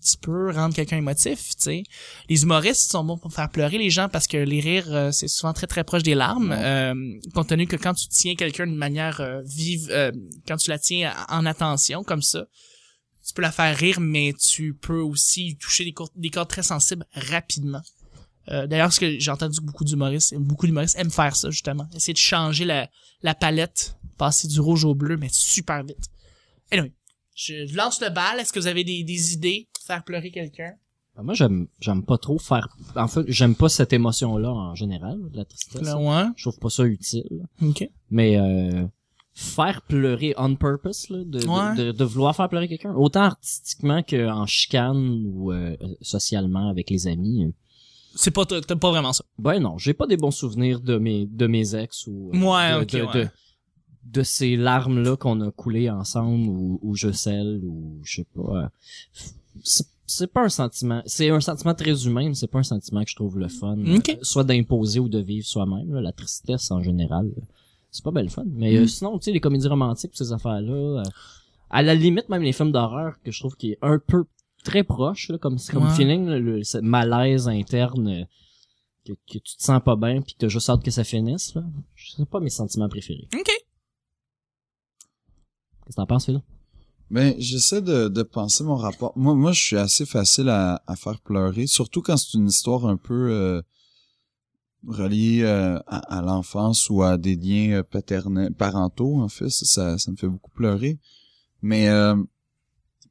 [SPEAKER 2] petit peu rendre quelqu'un émotif, tu sais. Les humoristes sont bons pour faire pleurer les gens parce que les rires, euh, c'est souvent très très proche des larmes, euh, compte tenu que quand tu tiens quelqu'un d'une manière euh, vive, euh, quand tu la tiens en attention comme ça, tu peux la faire rire, mais tu peux aussi toucher des, cor- des cordes très sensibles rapidement. Euh, D'ailleurs, ce que j'ai entendu que beaucoup d'humoristes, beaucoup d'humoristes aiment faire ça justement, essayer de changer la, la palette, passer du rouge au bleu, mais super vite. Anyway, je lance le bal. Est-ce que vous avez des, des idées pour faire pleurer quelqu'un?
[SPEAKER 3] Ben, Moi, j'aime, j'aime pas trop faire, en fait, j'aime pas cette émotion-là en général, la tristesse.
[SPEAKER 2] ouais.
[SPEAKER 3] Je trouve pas ça utile.
[SPEAKER 2] Ok.
[SPEAKER 3] Mais, euh, faire pleurer on purpose, là, de, de-
[SPEAKER 2] Ouais.
[SPEAKER 3] de, de vouloir faire pleurer quelqu'un, autant artistiquement qu'en chicane ou euh, socialement avec les amis.
[SPEAKER 2] C'est pas, t'as t'as pas vraiment ça.
[SPEAKER 3] Ben non, j'ai pas des bons souvenirs de mes, de mes ex ou euh,
[SPEAKER 2] Ouais,
[SPEAKER 3] de,
[SPEAKER 2] ok,
[SPEAKER 3] de,
[SPEAKER 2] ouais.
[SPEAKER 3] de- de ces larmes-là qu'on a coulées ensemble ou, ou je scelle ou je sais pas. euh, C'est c'est pas un sentiment, c'est un sentiment très humain, mais c'est pas un sentiment que je trouve le fun. euh,
[SPEAKER 2] Ok.
[SPEAKER 3] Soit d'imposer ou de vivre soi-même, là, la tristesse en général. là, C'est pas belle fun. Mais euh,
[SPEAKER 2] Mm.
[SPEAKER 3] sinon, tu sais, les comédies romantiques, ces affaires-là, euh, à la limite même les films d'horreur que je trouve qui est un peu très proche là, comme comme
[SPEAKER 2] Ouais.
[SPEAKER 3] feeling là, le, ce malaise interne euh, que, que tu te sens pas bien puis que t'as juste hâte que ça finisse là c'est pas mes sentiments préférés
[SPEAKER 2] Ok.
[SPEAKER 3] qu'est-ce que t'en penses Phil
[SPEAKER 5] Ben, j'essaie de, de penser mon rapport. Moi, moi, je suis assez facile à, à faire pleurer, surtout quand c'est une histoire un peu euh, reliée euh, à, à l'enfance ou à des liens euh, paterne- parentaux, en fait. Ça, ça, ça me fait beaucoup pleurer. Mais euh,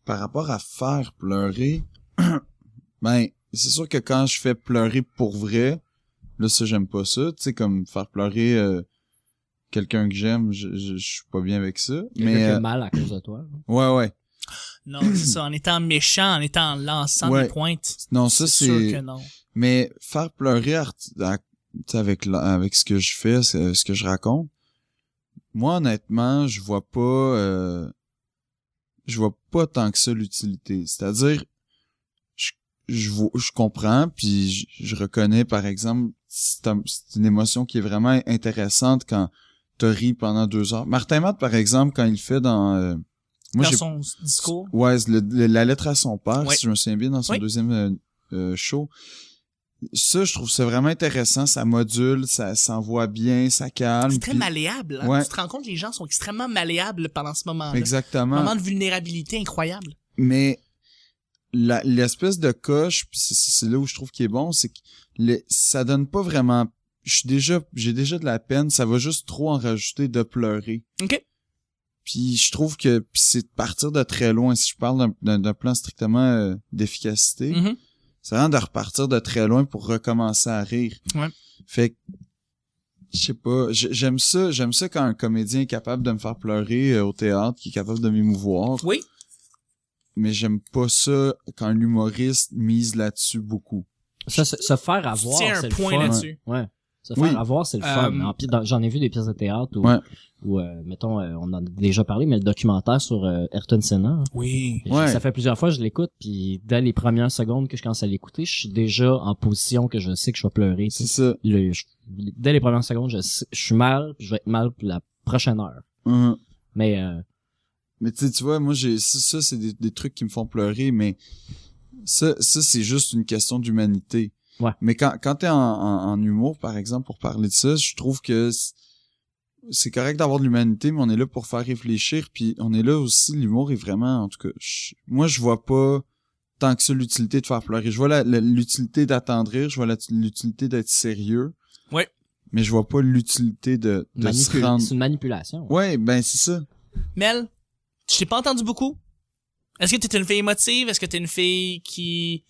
[SPEAKER 5] par rapport à faire pleurer, (clears throat) ben, c'est sûr que quand je fais pleurer pour vrai, là, ça, j'aime pas ça. Tu sais, comme faire pleurer euh, quelqu'un que j'aime, je, je, je suis pas bien avec ça.
[SPEAKER 3] mais
[SPEAKER 5] Mais, euh,
[SPEAKER 3] mal à cause de toi là.
[SPEAKER 5] ouais, ouais.
[SPEAKER 2] Non, c'est ça. En étant méchant, en étant lançant
[SPEAKER 5] Ouais.
[SPEAKER 2] des pointes.
[SPEAKER 5] Non, ça
[SPEAKER 2] c'est sûr que
[SPEAKER 5] c'est.
[SPEAKER 2] non.
[SPEAKER 5] Mais faire pleurer art- à- tu sais, avec la- avec ce que je fais, ce ce que je raconte. Moi, honnêtement, je vois pas, euh, je vois pas tant que ça l'utilité. C'est-à-dire, je je, vois- je comprends, puis je, je reconnais, par exemple, c'est un- c'est une émotion qui est vraiment intéressante quand t'as ri pendant deux heures. Martin Matt, par exemple, quand il le fait dans, euh, moi
[SPEAKER 2] Dans
[SPEAKER 5] j'ai
[SPEAKER 2] son discours.
[SPEAKER 5] Ouais, c'est le- le- la lettre à son père,
[SPEAKER 2] Ouais.
[SPEAKER 5] si je me souviens bien, dans son
[SPEAKER 2] Oui.
[SPEAKER 5] deuxième euh, euh, show. Ça, je trouve ça vraiment intéressant. Ça module, ça s'envoie bien, ça calme.
[SPEAKER 2] C'est très
[SPEAKER 5] puis-
[SPEAKER 2] malléable. hein.
[SPEAKER 5] Ouais.
[SPEAKER 2] Tu te rends compte que les gens sont extrêmement malléables pendant ce moment-là. Un
[SPEAKER 5] Exactement.
[SPEAKER 2] moment de vulnérabilité incroyable.
[SPEAKER 5] Mais la- l'espèce de coche, puis c'est- c'est là où je trouve qu'il est bon, c'est que le- ça donne pas vraiment. Je suis déjà, j'ai déjà de la peine. Ça va juste trop en rajouter de pleurer.
[SPEAKER 2] Ok.
[SPEAKER 5] Puis je trouve que puis c'est de partir de très loin. Si je parle d'un- d'un d'un plan strictement euh, d'efficacité,
[SPEAKER 2] Mhm.
[SPEAKER 5] C'est vraiment de repartir de très loin pour recommencer à rire.
[SPEAKER 2] Ouais.
[SPEAKER 5] Fait que, je sais pas, j- j'aime ça, j'aime ça quand un comédien est capable de me faire pleurer euh, au théâtre, qui est capable de m'émouvoir,
[SPEAKER 2] Oui.
[SPEAKER 5] mais j'aime pas ça quand l'humoriste mise là-dessus beaucoup.
[SPEAKER 3] ça se, se faire avoir
[SPEAKER 2] Tiens un
[SPEAKER 3] c'est le
[SPEAKER 2] point
[SPEAKER 3] fun.
[SPEAKER 2] là-dessus.
[SPEAKER 3] ouais se faire
[SPEAKER 5] Oui.
[SPEAKER 3] avoir c'est le
[SPEAKER 2] Euh,
[SPEAKER 3] fun En plus, dans- j'en ai vu des pièces de théâtre où,
[SPEAKER 5] Ouais.
[SPEAKER 3] où, euh, mettons euh, on en a déjà parlé mais le documentaire sur euh, Ayrton Senna hein,
[SPEAKER 2] Oui.
[SPEAKER 3] Je-
[SPEAKER 5] Ouais.
[SPEAKER 3] Ça fait plusieurs fois que je l'écoute, puis dès les premières secondes que je commence à l'écouter, je suis déjà en position que je sais que je vais pleurer. tu
[SPEAKER 5] C'est
[SPEAKER 3] sais.
[SPEAKER 5] ça.
[SPEAKER 3] Le- je- dès les premières secondes, je, sais- je suis mal, puis je vais être mal pour la prochaine heure.
[SPEAKER 5] Hein.
[SPEAKER 3] Mais euh,
[SPEAKER 5] Mais tu sais, tu vois, moi, j'ai ça, ça, c'est des, des trucs qui me font pleurer, mais ça, ça c'est juste une question d'humanité.
[SPEAKER 3] Ouais.
[SPEAKER 5] Mais quand, quand t'es en, en, en humour, par exemple, pour parler de ça, je trouve que c- c'est correct d'avoir de l'humanité, mais on est là pour faire réfléchir, puis on est là aussi, l'humour est vraiment, en tout cas, je- moi, je vois pas tant que ça l'utilité de faire pleurer. Je vois la- la- l'utilité d'attendrir, je vois la- l'utilité d'être sérieux.
[SPEAKER 2] Ouais.
[SPEAKER 5] Mais je vois pas l'utilité de, de se
[SPEAKER 3] manipule-
[SPEAKER 5] rendre...
[SPEAKER 3] c'est une manipulation.
[SPEAKER 5] Ouais, ben c'est ça.
[SPEAKER 2] Mel, je t'ai pas entendu beaucoup. Est-ce que t'es une fille émotive? Est-ce que t'es une fille qui...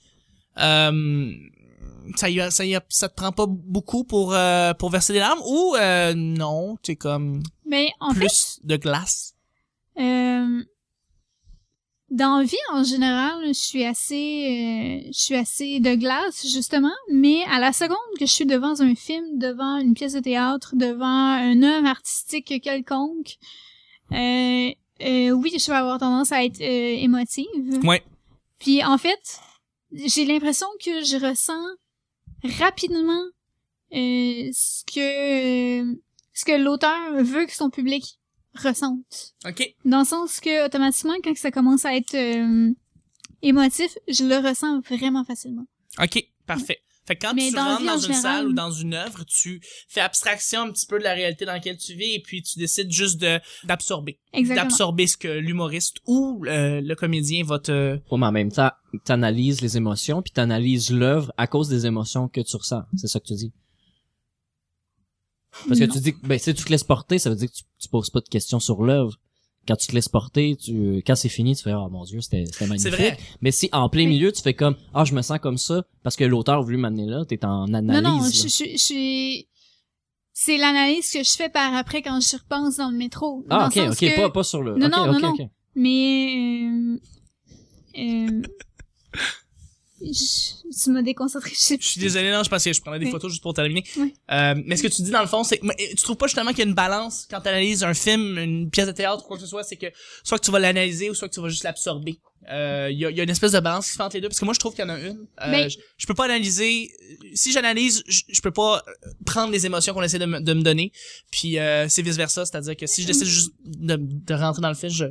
[SPEAKER 2] Euh, ça, y a- ça, y a- ça te prend pas beaucoup pour, euh, pour verser des larmes? Ou euh, non, t'es comme
[SPEAKER 4] Mais en fait,
[SPEAKER 2] plus de glace?
[SPEAKER 4] Euh, dans la vie en général, je suis assez, euh, je suis assez de glace justement, mais à la seconde que je suis devant un film, devant une pièce de théâtre, devant un œuvre artistique quelconque, euh, euh, oui, je vais avoir tendance à être euh, émotive.
[SPEAKER 2] Ouais.
[SPEAKER 4] Puis en fait, j'ai l'impression que je ressens rapidement euh, ce que ce que l'auteur veut que son public ressente.
[SPEAKER 2] Ok.
[SPEAKER 4] Dans le sens que, automatiquement, quand ça commence à être euh, émotif, je le ressens vraiment facilement.
[SPEAKER 2] OK, parfait. Fait que quand
[SPEAKER 4] Mais
[SPEAKER 2] tu
[SPEAKER 4] dans la
[SPEAKER 2] rentres
[SPEAKER 4] vie en
[SPEAKER 2] dans une
[SPEAKER 4] général-
[SPEAKER 2] salle ou dans une œuvre, tu fais abstraction un petit peu de la réalité dans laquelle tu vis et puis tu décides juste de d'absorber,
[SPEAKER 4] Exactement.
[SPEAKER 2] d'absorber ce que l'humoriste ou euh, le comédien va te
[SPEAKER 3] Ouais, mais en même temps, t'analyses les émotions, puis t'analyses l'œuvre à cause des émotions que tu ressens. C'est ça que tu dis. Parce que
[SPEAKER 4] Non.
[SPEAKER 3] tu dis, que- ben, si tu te laisses porter, ça veut dire que tu, tu poses pas de questions sur l'œuvre. Quand tu te laisses porter, tu, quand c'est fini, tu fais, oh mon dieu, c'était, c'était
[SPEAKER 2] C'est
[SPEAKER 3] magnifique.
[SPEAKER 2] vrai.
[SPEAKER 3] Mais si en plein
[SPEAKER 4] Mais-
[SPEAKER 3] milieu, tu fais comme, ah, je me sens comme ça, parce que l'auteur a voulu m'amener là, t'es en analyse.
[SPEAKER 4] non, non,
[SPEAKER 3] là.
[SPEAKER 4] je, je, je suis- c'est l'analyse que je fais par après quand je repense dans le métro. Dans
[SPEAKER 3] Ah,
[SPEAKER 4] le
[SPEAKER 3] ok,
[SPEAKER 4] sens
[SPEAKER 3] ok,
[SPEAKER 4] que-
[SPEAKER 3] pas, pas sur le.
[SPEAKER 4] Non,
[SPEAKER 3] ok,
[SPEAKER 4] non,
[SPEAKER 3] ok,
[SPEAKER 4] non,
[SPEAKER 3] ok.
[SPEAKER 4] Mais euh, euh, je- tu m'as déconcentré. Je sais
[SPEAKER 2] Je
[SPEAKER 4] plus.
[SPEAKER 2] suis désolé, non, je pense que je prenais des
[SPEAKER 4] Oui.
[SPEAKER 2] photos juste pour terminer.
[SPEAKER 4] Oui.
[SPEAKER 2] Euh, mais ce que tu dis dans le fond, c'est, mais, euh, tu trouves pas justement qu'il y a une balance quand tu analyses un film, une pièce de théâtre ou quoi que ce soit, c'est que soit que tu vas l'analyser ou soit que tu vas juste l'absorber. Euh, Il y, a, il y a une espèce de balance qui se fait entre les deux parce que moi je trouve qu'il y en a une. Euh,
[SPEAKER 4] Ben-
[SPEAKER 2] je, je peux pas analyser. Si j'analyse, je, je peux pas euh, prendre les émotions qu'on essaie de, me- de me donner. Puis euh, c'est vice versa, c'est-à-dire que
[SPEAKER 4] Mm.
[SPEAKER 2] si je décide juste de, de rentrer dans le film, je,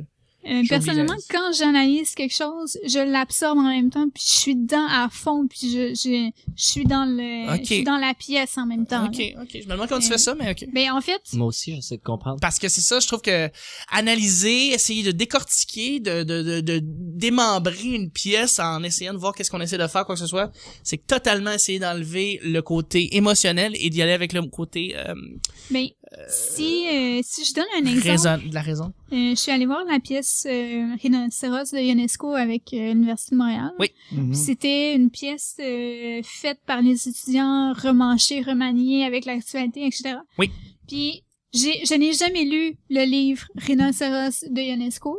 [SPEAKER 4] Euh,
[SPEAKER 2] suis
[SPEAKER 4] personnellement,
[SPEAKER 2] obligée.
[SPEAKER 4] quand j'analyse quelque chose, je l'absorbe en même temps, puis je suis dedans à fond, puis je, je, je suis dans le,
[SPEAKER 2] Ok.
[SPEAKER 4] je suis dans la pièce en même temps.
[SPEAKER 2] ok,
[SPEAKER 4] là.
[SPEAKER 2] ok. Je me demande comment tu
[SPEAKER 4] Euh,
[SPEAKER 2] fais ça, mais ok.
[SPEAKER 4] Ben en fait,
[SPEAKER 3] Moi aussi, j'essaie de comprendre.
[SPEAKER 2] Parce que c'est ça, je trouve que analyser, essayer de décortiquer, de, de, de, de démembrer une pièce en essayant de voir qu'est-ce qu'on essaie de faire, quoi que ce soit, c'est totalement essayer d'enlever le côté émotionnel et d'y aller avec le côté euh,
[SPEAKER 4] ben si euh, si je donne un exemple,
[SPEAKER 2] raison, de la raison.
[SPEAKER 4] euh, je suis allée voir la pièce euh, Rhinocéros de Ionesco avec euh, l'Université de Montréal.
[SPEAKER 2] Oui.
[SPEAKER 5] Mhm.
[SPEAKER 4] C'était une pièce euh, faite par les étudiants, remanchée, remaniée avec l'actualité, etc.
[SPEAKER 2] Oui.
[SPEAKER 4] Puis, j'ai, je n'ai jamais lu le livre Rhinocéros de Ionesco.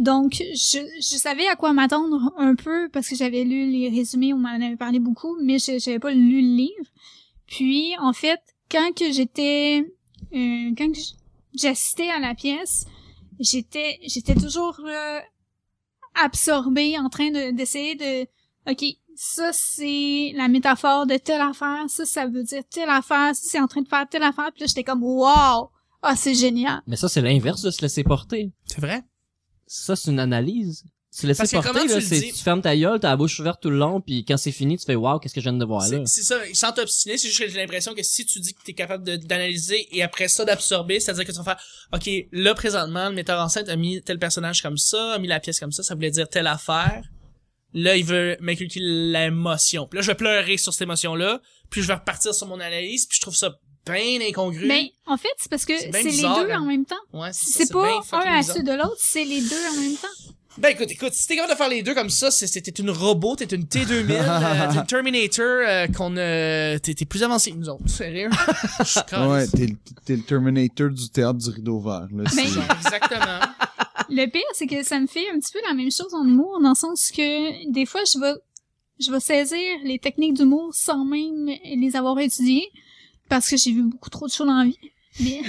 [SPEAKER 4] Donc, je, je savais à quoi m'attendre un peu parce que j'avais lu les résumés, on m'en avait parlé beaucoup, mais je n'avais pas lu le livre. Puis, en fait, quand que j'étais... euh, quand que j- j'assistais à la pièce, j'étais j'étais toujours euh, absorbée en train de- d'essayer de, OK, ça c'est la métaphore de telle affaire, ça ça veut dire telle affaire, ça c'est en train de faire telle affaire, puis là j'étais comme wow, ah c'est génial.
[SPEAKER 3] Mais ça, c'est l'inverse de se laisser porter.
[SPEAKER 2] C'est vrai?
[SPEAKER 3] Ça, c'est une analyse. Se laisser
[SPEAKER 2] Parce que
[SPEAKER 3] porter,
[SPEAKER 2] comment tu
[SPEAKER 3] là,
[SPEAKER 2] le
[SPEAKER 3] c'est,
[SPEAKER 2] dis?
[SPEAKER 3] tu fermes ta gueule, t'as la bouche ouverte tout le long, puis quand c'est fini, tu fais, waouh, qu'est-ce que je viens de voir là?
[SPEAKER 2] C'est c'est ça, sans t'obstiner, c'est juste que j'ai l'impression que si tu dis que tu es capable de- d'analyser et après ça d'absorber, c'est-à-dire que tu vas faire OK, là présentement, le metteur en scène a mis tel personnage comme ça, a mis la pièce comme ça, ça voulait dire telle affaire. Là, il veut m'inculquer l'émotion. Puis là, je vais pleurer sur cette émotion-là, puis je vais repartir sur mon analyse, puis je trouve ça bien incongru.
[SPEAKER 4] Mais en fait, c'est parce que
[SPEAKER 2] C'est
[SPEAKER 4] c'est
[SPEAKER 2] bien
[SPEAKER 4] les deux
[SPEAKER 2] bizarre, hein.
[SPEAKER 4] en même temps.
[SPEAKER 2] ouais, ça,
[SPEAKER 4] Ben, C'est
[SPEAKER 2] bien
[SPEAKER 4] pas
[SPEAKER 2] fucking
[SPEAKER 4] un à
[SPEAKER 2] bizarre.
[SPEAKER 4] ceux de l'autre, c'est les deux en même temps.
[SPEAKER 2] Ben écoute, écoute, si t'es capable de faire les deux comme ça, c'est- c'est- t'es une robot, t'es une T2000, euh, t'es une Terminator, euh, qu'on euh, t'es t'es plus avancé que nous
[SPEAKER 4] (laughs)
[SPEAKER 2] autres, sérieux. Je suis
[SPEAKER 5] Ouais,
[SPEAKER 2] caliste.
[SPEAKER 5] t'es le, t'es le Terminator du théâtre du rideau vert. Là, c'est-
[SPEAKER 4] Ben,
[SPEAKER 2] (laughs) Exactement.
[SPEAKER 4] Le pire, c'est que ça me fait un petit peu la même chose en humour, dans le sens que des fois, je vais, je vais saisir les techniques d'humour sans même les avoir étudiées, parce que j'ai vu beaucoup trop de choses dans la vie.
[SPEAKER 5] (laughs)
[SPEAKER 4] Mais-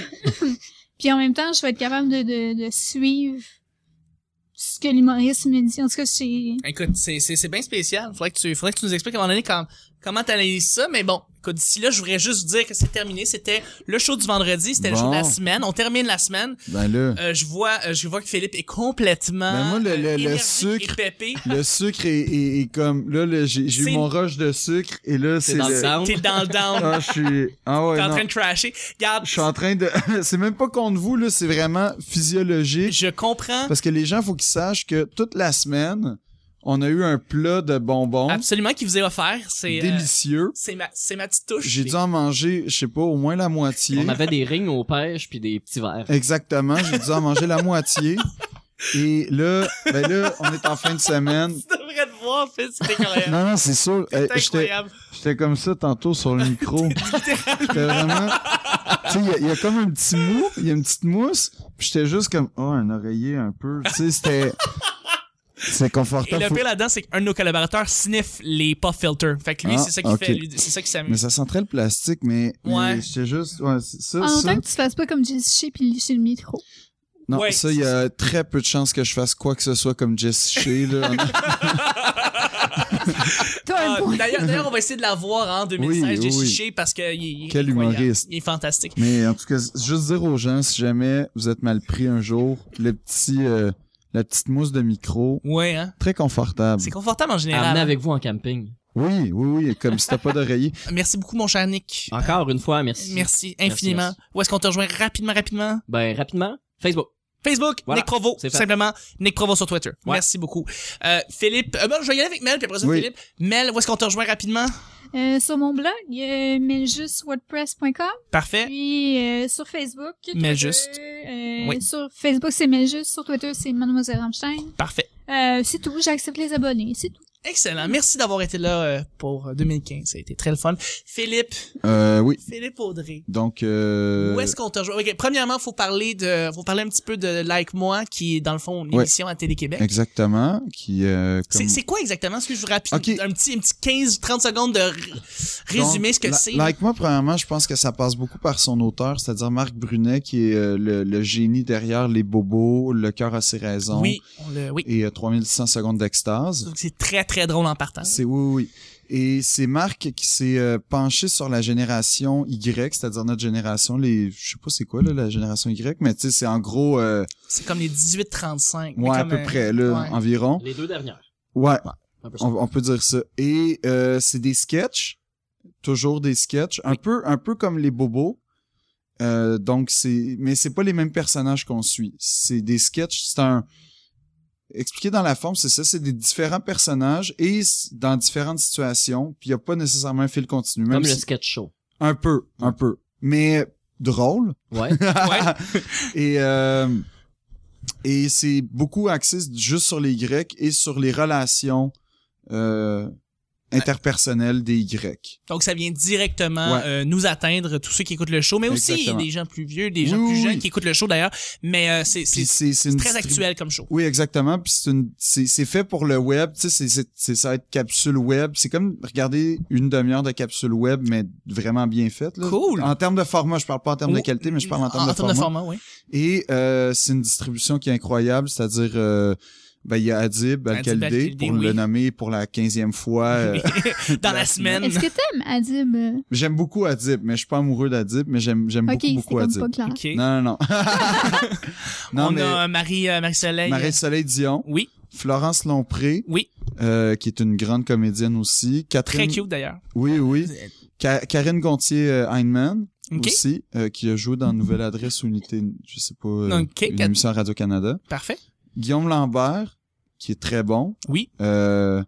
[SPEAKER 4] Puis en même temps, je vais être capable de, de, de suivre ce que l'humoriste me dit. En tout cas, c'est...
[SPEAKER 2] Écoute, c'est, c'est, c'est bien spécial. Faudrait que tu, faudrait que tu nous expliques à un moment donné quand, comment t'analyses ça. Mais bon, écoute, d'ici là, je voudrais juste vous dire que c'est terminé. C'était le show du vendredi. C'était le show de la
[SPEAKER 5] Bon.
[SPEAKER 2] semaine. On termine la semaine.
[SPEAKER 5] ben là,
[SPEAKER 2] Euh, je vois, euh, je vois que Philippe est complètement.
[SPEAKER 5] Ben moi, le- le-
[SPEAKER 2] euh,
[SPEAKER 5] le
[SPEAKER 2] énergique
[SPEAKER 5] sucre.
[SPEAKER 2] Et pépé.
[SPEAKER 5] le sucre est, est- est comme... Là, là, j'ai j'ai
[SPEAKER 2] C'est-
[SPEAKER 5] eu mon rush de sucre et là, c'est
[SPEAKER 3] dans le
[SPEAKER 5] le...
[SPEAKER 3] down.
[SPEAKER 2] T'es dans le down.
[SPEAKER 5] (laughs) Ah, je suis... Ah
[SPEAKER 2] T'es
[SPEAKER 5] ouais,
[SPEAKER 2] en
[SPEAKER 5] non.
[SPEAKER 2] train de crasher. Regarde,
[SPEAKER 5] Je suis en train de... (laughs) c'est même pas contre vous, là. C'est vraiment physiologique.
[SPEAKER 2] je comprends
[SPEAKER 5] Parce que les gens, faut qu'ils sachent que toute la semaine, on a eu un plat de bonbons
[SPEAKER 2] absolument qu'il vous est offert. C'est, euh,
[SPEAKER 5] délicieux.
[SPEAKER 2] c'est ma, c'est ma petite touche.
[SPEAKER 5] J'ai dû en manger, je sais pas, au moins la moitié.
[SPEAKER 3] On avait des rings aux pêches puis des petits verres.
[SPEAKER 5] Exactement, j'ai dû en manger la moitié. Et là, ben là, on est en fin de semaine.
[SPEAKER 2] (laughs) Tu devrais te voir, Phil, c'était incroyable.
[SPEAKER 5] (laughs) Non, non, c'est sûr. euh,
[SPEAKER 2] C'était
[SPEAKER 5] J'étais
[SPEAKER 2] incroyable.
[SPEAKER 5] (laughs) j'étais comme ça tantôt sur le
[SPEAKER 2] (laughs)
[SPEAKER 5] micro. J'étais vraiment... Tu sais, il y a- il y, a comme un petit mou, il y a une petite mousse, puis j'étais juste comme, oh, un oreiller un peu. Tu sais, c'était... C'est
[SPEAKER 2] Et
[SPEAKER 5] confortable.
[SPEAKER 2] le
[SPEAKER 5] faut-
[SPEAKER 2] pire là-dedans, c'est qu'un de nos collaborateurs sniff les pop filters. Fait que lui,
[SPEAKER 5] Ah,
[SPEAKER 2] c'est ça qui
[SPEAKER 5] ok.
[SPEAKER 2] fait, lui, c'est ça qui s'amuse.
[SPEAKER 5] Mais ça sentait le plastique, mais... mais
[SPEAKER 2] Ouais.
[SPEAKER 5] J'étais juste... Ouais, c'est- ça,
[SPEAKER 4] En
[SPEAKER 5] ça...
[SPEAKER 4] même temps que tu fasses pas comme Jesse Shea puis licher le micro.
[SPEAKER 5] Non,
[SPEAKER 2] Ouais,
[SPEAKER 5] ça, il y a très peu de chances que je fasse quoi que ce soit comme Jess Shea, là.
[SPEAKER 2] (laughs)
[SPEAKER 4] T'as un
[SPEAKER 2] Ah,
[SPEAKER 4] point.
[SPEAKER 2] D'ailleurs,
[SPEAKER 3] (laughs)
[SPEAKER 2] d'ailleurs, on va essayer de la voir en 2016,
[SPEAKER 5] Oui,
[SPEAKER 2] j'ai
[SPEAKER 5] oui.
[SPEAKER 2] chiché parce que il, il est
[SPEAKER 5] Quel
[SPEAKER 2] incroyable.
[SPEAKER 5] humoriste.
[SPEAKER 2] Il est fantastique.
[SPEAKER 5] Mais en tout cas, juste dire aux gens, si jamais vous êtes mal pris un jour, le petit, euh, la petite mousse de micro,
[SPEAKER 2] Ouais, hein.
[SPEAKER 5] très confortable.
[SPEAKER 2] C'est confortable en général. hein.
[SPEAKER 3] Amenez avec vous en camping.
[SPEAKER 5] Oui, oui, oui, comme si t'as pas d'oreiller.
[SPEAKER 2] Merci beaucoup, mon cher Nick.
[SPEAKER 5] Ah,
[SPEAKER 3] Encore une fois, merci.
[SPEAKER 2] Merci infiniment.
[SPEAKER 3] merci.
[SPEAKER 2] Où est-ce qu'on te rejoint rapidement, rapidement?
[SPEAKER 3] Ben, rapidement, Facebook.
[SPEAKER 2] Facebook,
[SPEAKER 3] Voilà,
[SPEAKER 2] Nick Provo,
[SPEAKER 3] c'est
[SPEAKER 2] tout
[SPEAKER 3] fait.
[SPEAKER 2] simplement, Nick Provo sur Twitter.
[SPEAKER 3] Ouais.
[SPEAKER 2] Merci beaucoup. Euh, Philippe, euh, ben, je vais y aller avec Mel, puis après ça,
[SPEAKER 5] Oui.
[SPEAKER 2] Philippe. Mel, où est-ce qu'on te rejoint rapidement?
[SPEAKER 4] Euh, sur mon blog, euh, meljustewordpress.com.
[SPEAKER 2] Parfait.
[SPEAKER 4] Puis euh, sur Facebook. Twitter,
[SPEAKER 2] Meljust.
[SPEAKER 4] euh,
[SPEAKER 2] Oui.
[SPEAKER 4] Sur Facebook, c'est Meljust. Sur Twitter, c'est Mademoiselle Rammstein.
[SPEAKER 2] Parfait.
[SPEAKER 4] Euh, c'est tout. J'accepte les abonnés. C'est tout.
[SPEAKER 2] Excellent. Merci d'avoir été là euh, pour euh, 2015. Ça a été très le fun. Philippe,
[SPEAKER 5] Euh, oui.
[SPEAKER 2] Philippe Audrey.
[SPEAKER 5] Donc, euh,
[SPEAKER 2] Où est-ce qu'on te rejoint? Ok, Premièrement, faut parler de, faut parler un petit peu de Like Moi, qui est dans le fond une
[SPEAKER 5] Ouais.
[SPEAKER 2] émission à Télé-Québec.
[SPEAKER 5] exactement, qui, euh,
[SPEAKER 2] C'est
[SPEAKER 5] comme-
[SPEAKER 2] c'est quoi exactement? Est-ce que je vous rapide,
[SPEAKER 5] Ok.
[SPEAKER 2] un petit, un petit 15, 30 secondes de r- résumer
[SPEAKER 5] Donc,
[SPEAKER 2] ce que
[SPEAKER 5] la-
[SPEAKER 2] c'est?
[SPEAKER 5] Like moi, premièrement, je pense que ça passe beaucoup par son auteur, c'est-à-dire Marc Brunet, qui est euh, le, le génie derrière Les Bobos, Le cœur à ses raisons
[SPEAKER 2] Oui, on le, oui.
[SPEAKER 5] et euh, 3100 secondes d'extase.
[SPEAKER 2] Sauf que C'est très, très drôle en partant.
[SPEAKER 5] C'est oui, oui. Et c'est Marc qui s'est euh, penché sur la génération Y, c'est-à-dire notre génération, les, je sais pas c'est quoi là, la génération Y, mais tu sais, c'est en gros, euh,
[SPEAKER 2] C'est comme les 18-35. mais
[SPEAKER 5] ouais, à
[SPEAKER 2] comme
[SPEAKER 5] peu
[SPEAKER 2] un-
[SPEAKER 5] près là,
[SPEAKER 2] ouais.
[SPEAKER 5] environ.
[SPEAKER 3] Les deux dernières.
[SPEAKER 5] Ouais,
[SPEAKER 3] Un peu ça.
[SPEAKER 5] on, on peut dire ça. Et euh, c'est des sketchs, toujours des sketchs, un peu, un peu comme les bobos. Euh, donc c'est, mais c'est pas les mêmes personnages qu'on suit. C'est des sketchs, c'est un expliqué dans la forme, c'est ça, c'est des différents personnages et s- dans différentes situations. Puis il y a pas nécessairement un fil continu, même
[SPEAKER 3] Comme le
[SPEAKER 5] si-
[SPEAKER 3] sketch show.
[SPEAKER 5] un peu, un peu, mais drôle.
[SPEAKER 3] Ouais.
[SPEAKER 5] (laughs) et euh, et c'est beaucoup axé juste sur les Grecs et sur les relations euh, interpersonnelles des Grecs.
[SPEAKER 2] Donc, ça vient directement
[SPEAKER 5] Ouais.
[SPEAKER 2] euh, nous atteindre, tous ceux qui écoutent le show, mais aussi
[SPEAKER 5] Exactement.
[SPEAKER 2] des gens plus vieux, des
[SPEAKER 5] Oui,
[SPEAKER 2] gens plus
[SPEAKER 5] oui,
[SPEAKER 2] jeunes
[SPEAKER 5] oui.
[SPEAKER 2] qui écoutent le show d'ailleurs. Mais euh, c'est c'est
[SPEAKER 5] Puis c'est c'est une
[SPEAKER 2] très
[SPEAKER 5] distribu-
[SPEAKER 2] actuel comme show.
[SPEAKER 5] Oui, exactement. Puis c'est une- c'est c'est fait pour le web. Tu sais, c'est- c'est c'est ça va être capsule web. C'est comme regarder une demi-heure de capsule web, mais vraiment bien faite. là.
[SPEAKER 2] Cool.
[SPEAKER 5] En termes de format, je parle pas en termes de
[SPEAKER 2] Oh,
[SPEAKER 5] qualité, mais je parle en termes de
[SPEAKER 2] de
[SPEAKER 5] format.
[SPEAKER 2] format, oui.
[SPEAKER 5] Et euh, c'est une distribution qui est incroyable, c'est-à-dire euh, ben, il y a
[SPEAKER 2] Adib
[SPEAKER 5] Adib Al-Khalidi,
[SPEAKER 2] Al-Khalidi,
[SPEAKER 5] pour
[SPEAKER 2] oui.
[SPEAKER 5] le nommer pour la quinzième fois. euh,
[SPEAKER 2] (laughs) Dans la
[SPEAKER 5] la
[SPEAKER 2] semaine.
[SPEAKER 4] Est-ce que t'aimes Adib? euh?
[SPEAKER 5] j'aime beaucoup Adib, mais je suis pas amoureux d'Adib, mais j'aime j'aime
[SPEAKER 4] Ok, c'est
[SPEAKER 5] beaucoup, beaucoup
[SPEAKER 4] comme
[SPEAKER 5] Adib.
[SPEAKER 4] pas clair.
[SPEAKER 2] OK.
[SPEAKER 5] Non,
[SPEAKER 2] (laughs)
[SPEAKER 5] non, (laughs) non. non,
[SPEAKER 2] On
[SPEAKER 5] mais
[SPEAKER 2] a Marie, euh, Marie-Soleil.
[SPEAKER 5] Marie-Soleil Dion,
[SPEAKER 2] Oui,
[SPEAKER 5] Florence Lompré,
[SPEAKER 2] Oui.
[SPEAKER 5] euh, qui est une grande comédienne aussi.
[SPEAKER 2] très
[SPEAKER 5] Catherine,
[SPEAKER 2] cute d'ailleurs.
[SPEAKER 5] Oui, oui.
[SPEAKER 2] Euh,
[SPEAKER 5] Ca- Karine Gontier-Heinemann
[SPEAKER 2] OK,
[SPEAKER 5] aussi, euh, qui a joué dans Nouvelle Adresse Unité, je sais pas, euh,
[SPEAKER 2] Ok,
[SPEAKER 5] une
[SPEAKER 2] Cat-
[SPEAKER 5] émission à Radio-Canada.
[SPEAKER 2] parfait.
[SPEAKER 5] Guillaume Lambert, qui est très bon.
[SPEAKER 2] Oui.
[SPEAKER 5] Euh,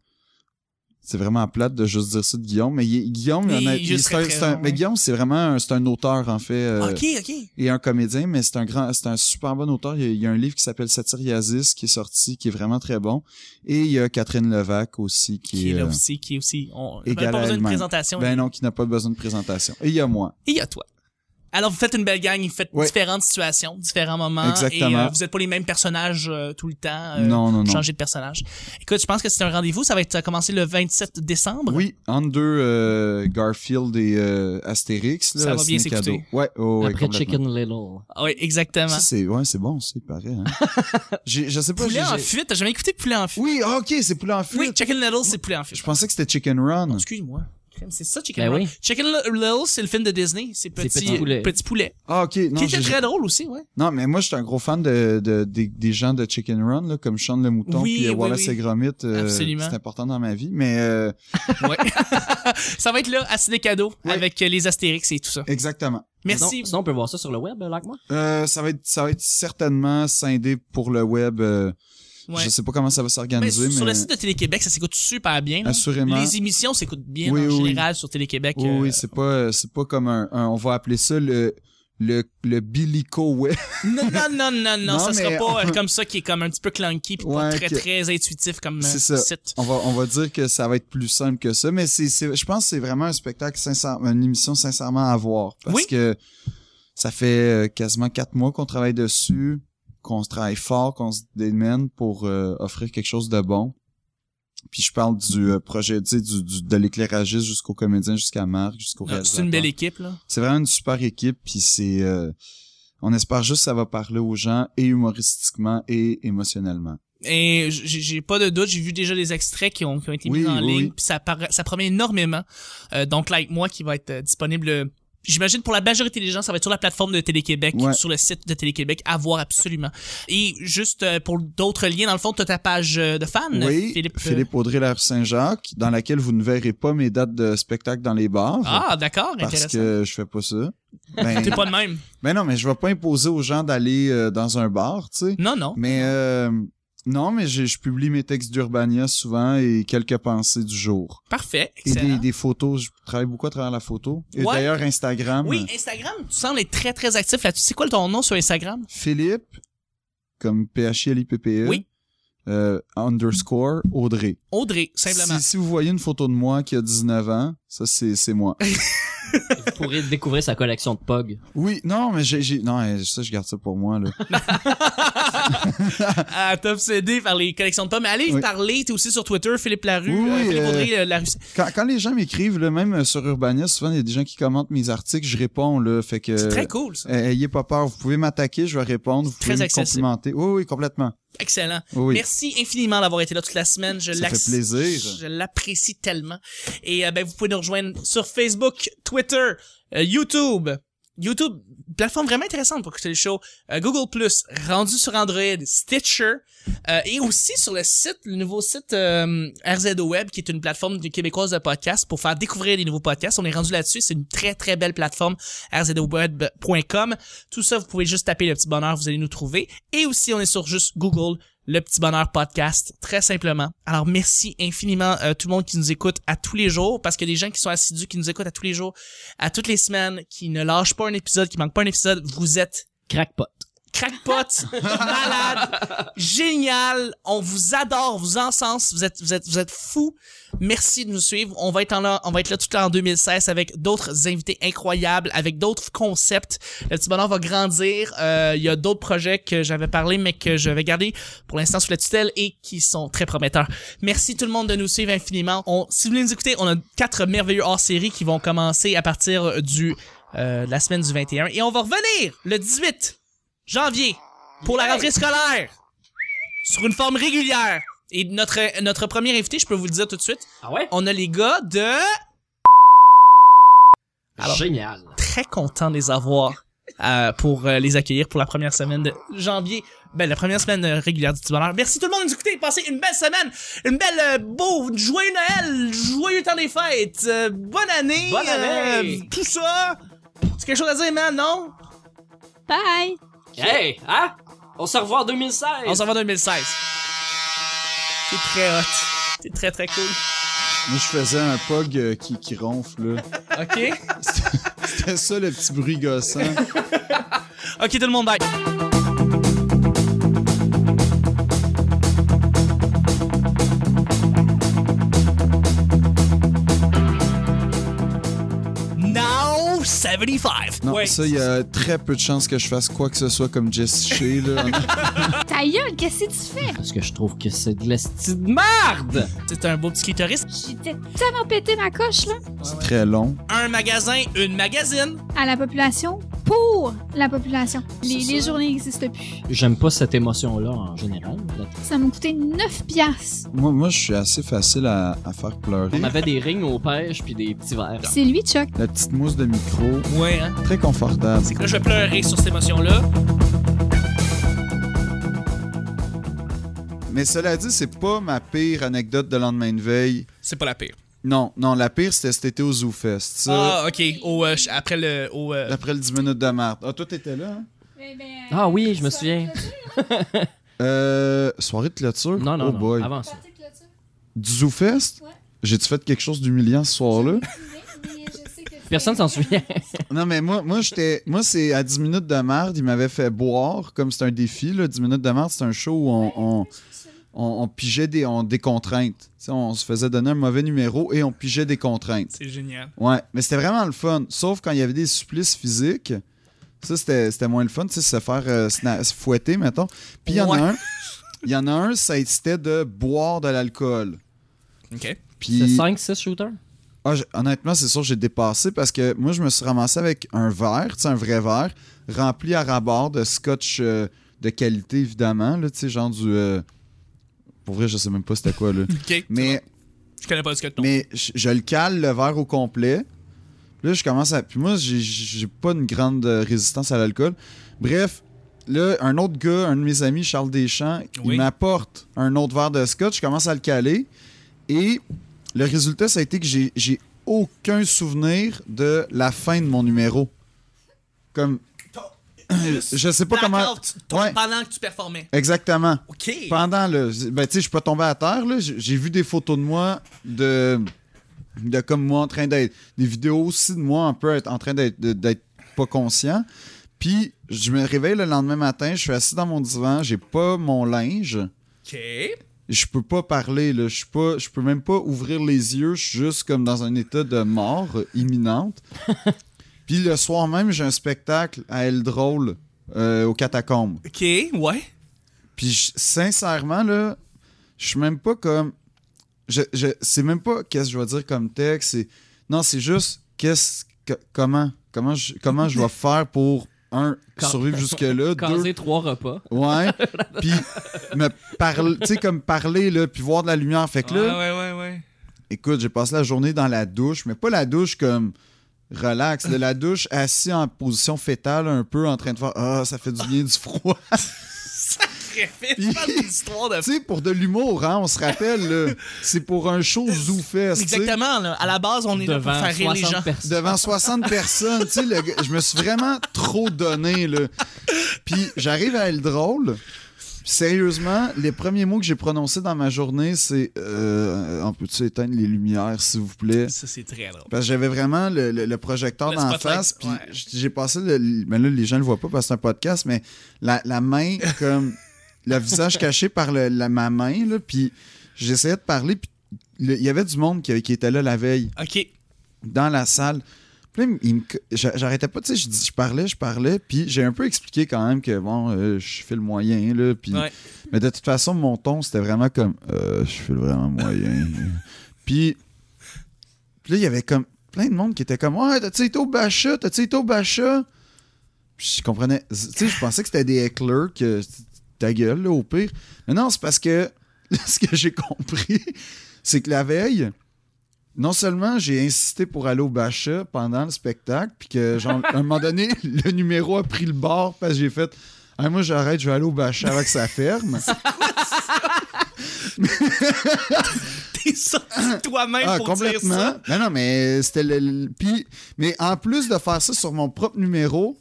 [SPEAKER 5] c'est vraiment plate de juste dire ça de Guillaume, mais il est- Guillaume,
[SPEAKER 2] Mais
[SPEAKER 5] il y en a-
[SPEAKER 2] il est
[SPEAKER 5] il-
[SPEAKER 2] juste
[SPEAKER 5] c'est un-
[SPEAKER 2] très, très
[SPEAKER 5] c'est un-
[SPEAKER 2] bon,
[SPEAKER 5] mais
[SPEAKER 2] ouais.
[SPEAKER 5] Guillaume, c'est vraiment, un- c'est un auteur en fait euh,
[SPEAKER 2] OK, OK.
[SPEAKER 5] et un comédien, mais c'est un grand, c'est un super bon auteur. Il y a, il y a un livre qui s'appelle Satiriasis qui est sorti, qui est vraiment très bon. Et il y a Catherine Levac aussi qui,
[SPEAKER 2] Qui est là
[SPEAKER 5] euh,
[SPEAKER 2] aussi, qui est aussi... On n'a
[SPEAKER 5] Égale
[SPEAKER 2] pas
[SPEAKER 5] à
[SPEAKER 2] besoin d'une
[SPEAKER 5] elle-même.
[SPEAKER 2] présentation.
[SPEAKER 5] ben non, qui n'a pas besoin de présentation. Et il y a moi.
[SPEAKER 2] Et il y a toi. Alors, vous faites une belle gang, vous faites
[SPEAKER 5] Ouais.
[SPEAKER 2] différentes situations, différents moments. Et
[SPEAKER 5] Exactement.
[SPEAKER 2] euh, vous n'êtes pas les mêmes personnages euh, tout le temps. euh,
[SPEAKER 5] non, non, non.
[SPEAKER 2] Changer de personnage. Écoute, je pense que c'est un rendez-vous. Ça va être euh, commencé le 27 décembre.
[SPEAKER 5] Oui, entre deux euh, Garfield et euh, Astérix. Là,
[SPEAKER 2] Ça va bien
[SPEAKER 5] ciné cadeau.
[SPEAKER 2] s'écouter.
[SPEAKER 5] Ouais, oh, ouais,
[SPEAKER 3] Après
[SPEAKER 5] complètement.
[SPEAKER 3] Chicken Little.
[SPEAKER 2] Ah Oui, exactement.
[SPEAKER 5] Ça, c'est ouais, c'est bon, c'est
[SPEAKER 2] (laughs)
[SPEAKER 5] pareil. Hein. J'ai- je sais pas.
[SPEAKER 2] Poulet
[SPEAKER 5] j'ai-
[SPEAKER 2] en
[SPEAKER 5] j'ai-
[SPEAKER 2] fuite. T'as jamais écouté Poulet en fuite?
[SPEAKER 5] Oui, ah, ok, c'est poulet en fuite.
[SPEAKER 2] Oui, Chicken Little, c'est Poulet en fuite.
[SPEAKER 5] Je pensais que c'était Chicken Run.
[SPEAKER 2] Excuse-moi. C'est ça, Chicken
[SPEAKER 3] Hmm. Ben
[SPEAKER 2] Little.
[SPEAKER 3] oui.
[SPEAKER 2] Chicken Little, c'est le film de Disney. C'est petit,
[SPEAKER 3] Petit Poulet.
[SPEAKER 2] Petit poulet.
[SPEAKER 5] Ah ok, non,
[SPEAKER 2] qui était
[SPEAKER 5] j'ai-
[SPEAKER 2] très drôle aussi, ouais.
[SPEAKER 5] non mais moi je suis un gros fan de, de, des- des gens de Chicken Run là, comme Sean le mouton
[SPEAKER 2] Oui,
[SPEAKER 5] puis euh,
[SPEAKER 2] oui,
[SPEAKER 5] Wallace
[SPEAKER 2] oui.
[SPEAKER 5] et Gromit. euh,
[SPEAKER 2] Absolument.
[SPEAKER 5] C'est important dans ma vie, mais euh,
[SPEAKER 2] ouais. ça va être là, assez des cadeaux,
[SPEAKER 5] Ouais.
[SPEAKER 2] avec euh, les Astérix et tout ça.
[SPEAKER 5] exactement.
[SPEAKER 2] Merci.
[SPEAKER 3] Sinon, sinon, on peut voir ça sur le web, euh, like moi.
[SPEAKER 5] Euh, ça va être ça va être certainement scindé pour le web. euh,
[SPEAKER 2] Ouais.
[SPEAKER 5] Je sais pas comment ça va
[SPEAKER 2] Mais
[SPEAKER 5] s'organiser,
[SPEAKER 2] sur-
[SPEAKER 5] mais,
[SPEAKER 2] Sur le site de Télé-Québec, ça s'écoute super bien. là.
[SPEAKER 5] assurément.
[SPEAKER 2] Les émissions s'écoutent bien
[SPEAKER 5] Oui,
[SPEAKER 2] en
[SPEAKER 5] oui,
[SPEAKER 2] général sur Télé-Québec.
[SPEAKER 5] Oui,
[SPEAKER 2] euh,
[SPEAKER 5] oui, c'est pas euh, c'est pas comme un, un- on va appeler ça le le le bilico web.
[SPEAKER 2] non, non, non, non, non,
[SPEAKER 5] (laughs) Non,
[SPEAKER 2] ça sera
[SPEAKER 5] mais-
[SPEAKER 2] pas euh, comme ça qui est comme un petit peu clunky puis pas
[SPEAKER 5] Ouais,
[SPEAKER 2] très
[SPEAKER 5] que-
[SPEAKER 2] très intuitif comme euh,
[SPEAKER 5] C'est ça.
[SPEAKER 2] site.
[SPEAKER 5] On va, on va dire que ça va être plus simple que ça, mais c'est, c'est, je pense que c'est vraiment un spectacle sincère, une émission sincèrement à voir. Parce
[SPEAKER 2] Oui.
[SPEAKER 5] que ça fait euh, quasiment quatre mois qu'on travaille dessus, qu'on se travaille fort, qu'on se démène pour euh, offrir quelque chose de bon. Puis je parle du euh, projet, tu sais, du, du- de l'éclairagiste jusqu'au comédien, jusqu'à Marc, jusqu'au
[SPEAKER 2] Non, Ah, Euh, C'est
[SPEAKER 5] réalisateur.
[SPEAKER 2] une belle équipe là.
[SPEAKER 5] C'est vraiment une super équipe, puis c'est, euh, on espère juste que ça va parler aux gens et humoristiquement et émotionnellement.
[SPEAKER 2] Et j'ai j'ai pas de doute, j'ai vu déjà des extraits qui ont, qui ont été
[SPEAKER 5] Oui,
[SPEAKER 2] mis en
[SPEAKER 5] oui,
[SPEAKER 2] ligne,
[SPEAKER 5] oui.
[SPEAKER 2] puis ça, para- ça promet énormément. Euh, donc like moi qui va être euh, disponible J'imagine pour la majorité des gens, ça va être sur la plateforme de Télé-Québec,
[SPEAKER 5] Ouais.
[SPEAKER 2] sur le site de Télé-Québec, à voir absolument. Et juste euh, pour d'autres liens, dans le fond, t'as ta page euh, de fan,
[SPEAKER 5] Oui,
[SPEAKER 2] Philippe. euh,
[SPEAKER 5] Philippe, Audrey la rue Saint-Jacques, dans laquelle vous ne verrez pas mes dates de spectacle dans les bars.
[SPEAKER 2] Ah, d'accord,
[SPEAKER 5] parce
[SPEAKER 2] intéressant.
[SPEAKER 5] que je fais
[SPEAKER 2] (laughs)
[SPEAKER 5] pas ça. Ben,
[SPEAKER 2] T'es pas de même.
[SPEAKER 5] ben non, mais je vais pas imposer aux gens d'aller euh, dans un bar, tu sais.
[SPEAKER 2] Non, non.
[SPEAKER 5] Mais euh, non, mais j'ai- je publie mes textes d'Urbania souvent et quelques pensées du jour.
[SPEAKER 2] Parfait.
[SPEAKER 5] Et des,
[SPEAKER 2] Excellent.
[SPEAKER 5] des photos, je travaille beaucoup à travers la photo. Et
[SPEAKER 2] Ouais.
[SPEAKER 5] d'ailleurs, Instagram,
[SPEAKER 2] Oui, Instagram, tu sembles être très, très actif là-dessus. C'est quoi ton nom sur Instagram?
[SPEAKER 5] Philippe, comme p h l i p p -E,
[SPEAKER 2] Oui.
[SPEAKER 5] euh, underscore Audrey.
[SPEAKER 2] Audrey, simplement.
[SPEAKER 5] Si, si vous voyez une photo de moi qui a 19 ans, ça, c'est c'est moi.
[SPEAKER 3] Vous pourrez (laughs) découvrir sa collection de POG.
[SPEAKER 5] (laughs) Oui, non, mais j'ai... j'ai- Non, euh, ça, je garde ça pour moi, là.
[SPEAKER 2] Ah, t'es obsédé par les collections de pommes. Allez
[SPEAKER 5] Oui.
[SPEAKER 2] parler, t'es aussi sur Twitter, Philippe Larue,
[SPEAKER 5] Oui,
[SPEAKER 2] euh,
[SPEAKER 5] oui,
[SPEAKER 2] Philippe
[SPEAKER 5] euh,
[SPEAKER 2] Audrey euh, Larue.
[SPEAKER 5] (laughs) Quand, quand les gens m'écrivent, là, même euh, sur Urbania, souvent, il y a des gens qui commentent mes articles, je réponds, là, fait que...
[SPEAKER 2] C'est très cool, ça.
[SPEAKER 5] euh, Ayez pas peur, vous pouvez m'attaquer, je vais répondre, vous
[SPEAKER 2] Très
[SPEAKER 5] pouvez me
[SPEAKER 2] accessible.
[SPEAKER 5] complimenter. Oui, oui, complètement.
[SPEAKER 2] Excellent.
[SPEAKER 5] Oui, oui.
[SPEAKER 2] Merci infiniment d'avoir été là toute la semaine. Je
[SPEAKER 5] Ça
[SPEAKER 2] l'acc-
[SPEAKER 5] fait plaisir.
[SPEAKER 2] Je l'apprécie tellement. Et euh, ben, vous pouvez nous rejoindre sur Facebook, Twitter, euh, YouTube. YouTube, plateforme vraiment intéressante pour écouter le show. Euh, Google Plus, rendu sur Android, Stitcher, euh, et aussi sur le site, le nouveau site euh, RZO Web, qui est une plateforme de- québécoise de podcast pour faire découvrir les nouveaux podcasts. On est rendu là-dessus, c'est une très très belle plateforme, rzoweb.com. Tout ça, vous pouvez juste taper le petit bonheur, vous allez nous trouver. Et aussi, on est sur juste Google, le petit bonheur podcast, très simplement. Alors, merci infiniment euh, tout le monde qui nous écoute à tous les jours, parce qu'il y a des gens qui sont assidus, qui nous écoutent à tous les jours, à toutes les semaines, qui ne lâchent pas un épisode, qui manquent pas un épisode. Vous êtes
[SPEAKER 3] Crackpot.
[SPEAKER 2] crackpot, malade, génial. On vous adore, on vous encense, vous êtes, vous êtes, vous êtes fous. Merci de nous suivre. On va être en là, on va être là tout le temps en 2016 avec d'autres invités incroyables, avec d'autres concepts. Le petit bonheur va grandir. Euh, Il y a d'autres projets que j'avais parlé, mais que je vais garder pour l'instant sous la tutelle et qui sont très prometteurs. Merci tout le monde de nous suivre infiniment. On, si vous voulez nous écouter, on a quatre merveilleux hors-série qui vont commencer à partir du euh, de la semaine du 21 et on va revenir le 18 janvier pour la rentrée scolaire sur une forme régulière. Et notre, notre premier invité, je peux vous le dire tout de suite,
[SPEAKER 3] Ah ouais?
[SPEAKER 2] on a les gars de... Alors-
[SPEAKER 3] Génial.
[SPEAKER 2] Très content de les avoir euh, pour euh, les accueillir pour la première semaine de janvier. Ben, la première semaine euh, régulière du petit bonheur. Merci tout le monde d'écouter. Passez une belle semaine. Une belle, euh, beau, joyeux Noël. Joyeux temps des fêtes. euh, bonne année.
[SPEAKER 3] Bonne année.
[SPEAKER 2] euh, tout ça. C'est quelque chose à dire, man, non?
[SPEAKER 4] Bye!
[SPEAKER 3] Hey, hein? On se revoit en 2016.
[SPEAKER 2] On s'en va en 2016. C'est très hot. C'est très, très cool.
[SPEAKER 5] Moi, je faisais un pog euh, qui, qui (laughs) ronfle, là.
[SPEAKER 2] OK?
[SPEAKER 5] C'était ça, le petit bruit gossant.
[SPEAKER 2] OK, tout le monde, bye. Now 75.
[SPEAKER 5] Non,
[SPEAKER 2] Ouais.
[SPEAKER 5] ça, il y a très peu de chances que je fasse quoi que ce soit comme Jess Shea, (laughs) là.
[SPEAKER 4] Ta gueule, qu'est-ce que tu fais?
[SPEAKER 3] Parce que je trouve que c'est de la style de merde.
[SPEAKER 2] C'est un beau petit clitoris.
[SPEAKER 4] J'étais tellement pété ma coche, là!
[SPEAKER 5] C'est très long.
[SPEAKER 2] Un magasin, une magazine.
[SPEAKER 4] À la population, pour la population. Les,
[SPEAKER 3] C'est
[SPEAKER 4] les
[SPEAKER 3] ça.
[SPEAKER 4] journées n'existent plus.
[SPEAKER 3] J'aime pas cette émotion-là en général.
[SPEAKER 4] Ça m'a coûté 9 piastres.
[SPEAKER 5] Moi, moi je suis assez facile à, à faire pleurer.
[SPEAKER 3] On avait des rings aux pêches puis des petits verres.
[SPEAKER 4] Puis C'est lui, Chuck.
[SPEAKER 5] La petite mousse de micro,
[SPEAKER 2] Ouais, hein.
[SPEAKER 5] très confortable.
[SPEAKER 2] C'est que là, je vais pleurer sur cette émotion-là.
[SPEAKER 5] Mais cela dit, c'est pas ma pire anecdote de lendemain de veille.
[SPEAKER 2] C'est pas la pire.
[SPEAKER 5] Non, non, la pire, c'était cet été au Zoo Fest. Ça,
[SPEAKER 2] Ah, OK. Au, euh, ch- après le... Au, euh,
[SPEAKER 5] après le 10 minutes de marde. Ah, toi, t'étais là, hein?
[SPEAKER 3] Ah oui, je me souviens.
[SPEAKER 5] Euh, soirée de clôture?
[SPEAKER 3] Non, non,
[SPEAKER 5] oh
[SPEAKER 3] non.
[SPEAKER 5] boy.
[SPEAKER 3] Avant ça.
[SPEAKER 5] Du Zoo Fest?
[SPEAKER 4] Ouais.
[SPEAKER 5] J'ai-tu fait quelque chose d'humiliant ce soir-là?
[SPEAKER 3] Personne s'en souvient. (laughs)
[SPEAKER 5] Non, mais moi, moi, j'étais, moi, c'est à 10 minutes de marde, il m'avait fait boire, comme c'est un défi, là. 10 minutes de marde, c'est un show où on, on, on- on pigeait des, on, des contraintes. Tu sais, on se faisait donner un mauvais numéro et on pigeait des contraintes.
[SPEAKER 2] C'est génial.
[SPEAKER 5] Ouais, mais c'était vraiment le fun. Sauf quand il y avait des supplices physiques. Ça, c'était, c'était moins le fun, tu sais, se faire euh, sna- se fouetter, mettons. Puis il y en
[SPEAKER 2] Ouais.
[SPEAKER 5] a un, il y en a un, ça, c'était de boire de l'alcool.
[SPEAKER 2] OK.
[SPEAKER 5] Puis,
[SPEAKER 3] C'est 5-6 shooters?
[SPEAKER 5] ah, j'- honnêtement, c'est sûr que j'ai dépassé parce que moi, je me suis ramassé avec un verre, tu sais, un vrai verre, rempli à rabord de scotch euh, de qualité, évidemment, là, tu sais, genre du... euh, Pour vrai, je sais même pas c'était quoi, là.
[SPEAKER 2] OK.
[SPEAKER 5] Mais,
[SPEAKER 2] Je connais pas ce que ton...
[SPEAKER 5] mais je, je le cale, le verre au complet. Là, je commence à. Puis moi, j'ai- j'ai pas une grande euh, résistance à l'alcool. Bref, là, un autre gars, un de mes amis, Charles Deschamps,
[SPEAKER 2] Oui.
[SPEAKER 5] il m'apporte un autre verre de scotch. Je commence à le caler. Et le résultat, ça a été que j'ai j'ai aucun souvenir de la fin de mon numéro. Comme. (clears throat) Je sais pas comment.
[SPEAKER 2] Blackout, ton-
[SPEAKER 5] Ouais.
[SPEAKER 2] pendant que tu performais.
[SPEAKER 5] Exactement.
[SPEAKER 2] OK.
[SPEAKER 5] Pendant le. Ben, tu sais, je suis pas tombé à terre, là. J'ai j'ai vu des photos de moi, de. de comme moi en train d'être. Des vidéos aussi de moi un peu être- en train d'être de- d'être pas conscient. Puis, je me réveille le lendemain matin, je suis assis dans mon divan, j'ai pas mon linge.
[SPEAKER 2] OK.
[SPEAKER 5] Je peux pas parler, là. Je suis pas. Je peux même pas ouvrir les yeux, je suis juste comme dans un état de mort euh, imminente. Puis, le soir même, j'ai un spectacle à El Drôle, euh, aux catacombes.
[SPEAKER 2] OK, ouais.
[SPEAKER 5] Puis je- sincèrement, là, je suis même pas comme. Je, je sais même pas qu'est-ce que je vais dire comme texte. c'est- Non, c'est juste qu'est-ce que- comment comment je comment je vais faire pour un
[SPEAKER 3] Ca-
[SPEAKER 5] survivre jusque là,
[SPEAKER 3] (laughs)
[SPEAKER 5] deux
[SPEAKER 3] Caser trois repas.
[SPEAKER 5] ouais, puis me parler, tu sais comme parler là, puis voir de la lumière. Fait que là,
[SPEAKER 2] ouais, ouais, ouais.
[SPEAKER 5] Écoute, j'ai passé la journée dans la douche, mais pas la douche comme relax, de la douche assis en position fétale un peu en train de faire ah ça fait du bien du froid.
[SPEAKER 2] Répète (laughs) pas une histoire de
[SPEAKER 5] tu sais pour de l'humour hein, on se rappelle là, c'est pour un show zoufest. tu sais.
[SPEAKER 2] Exactement, là. À la base, on est là pour
[SPEAKER 3] Devant
[SPEAKER 2] faire rire les
[SPEAKER 3] 60
[SPEAKER 2] gens.
[SPEAKER 3] personnes.
[SPEAKER 5] devant 60 personnes, tu sais, le gars- je me suis vraiment trop donné, là. Puis j'arrive à El Drôle. Sérieusement, les premiers mots que j'ai prononcés dans ma journée, c'est euh, On peut-tu éteindre les lumières, s'il vous plaît?
[SPEAKER 2] Ça, c'est très drôle.
[SPEAKER 5] Parce que j'avais vraiment le, le- le projecteur
[SPEAKER 2] Le
[SPEAKER 5] dans la
[SPEAKER 2] spotlight,
[SPEAKER 5] face, puis
[SPEAKER 2] ouais.
[SPEAKER 5] j- j'ai passé le. Mais là, les gens le voient pas parce que c'est un podcast, mais la,
[SPEAKER 2] (laughs)
[SPEAKER 5] la main, comme. le visage caché par le- la, ma main, là, puis j'essayais de parler, puis le- il y avait du monde qui- qui était là la veille
[SPEAKER 2] OK. (laughs)
[SPEAKER 5] dans la salle. Puis là, il me- j'a- j'arrêtais pas, tu sais, je, dis- je parlais, je parlais, puis j'ai un peu expliqué quand même que bon, euh, je fais le moyen, là, puis.
[SPEAKER 2] Ouais.
[SPEAKER 5] Mais de toute façon, mon ton, c'était vraiment comme, euh, je fais vraiment moyen. puis. Puis là, il y avait comme plein de monde qui était comme, ouais, t'as-tu été au Bacha, t'as-tu été au Bacha? Puis je comprenais, tu sais, je pensais que c'était des hecklers, que ta gueule, là, au pire. Mais non, c'est parce que, (laughs) ce que j'ai compris, c'est que la veille, non seulement j'ai insisté pour aller au Bacha pendant le spectacle, puis que,
[SPEAKER 2] (laughs)
[SPEAKER 5] genre, à un moment donné, le numéro a pris le bord parce que j'ai fait Ah, Moi, j'arrête, je vais aller au Bacha avant que ça
[SPEAKER 2] (laughs)
[SPEAKER 5] ferme.
[SPEAKER 2] T'es sorti de toi-même
[SPEAKER 5] ah,
[SPEAKER 2] pour
[SPEAKER 5] complètement.
[SPEAKER 2] dire ça.
[SPEAKER 5] Non, non, mais c'était le. le- puis, mais en plus de faire ça sur mon propre numéro,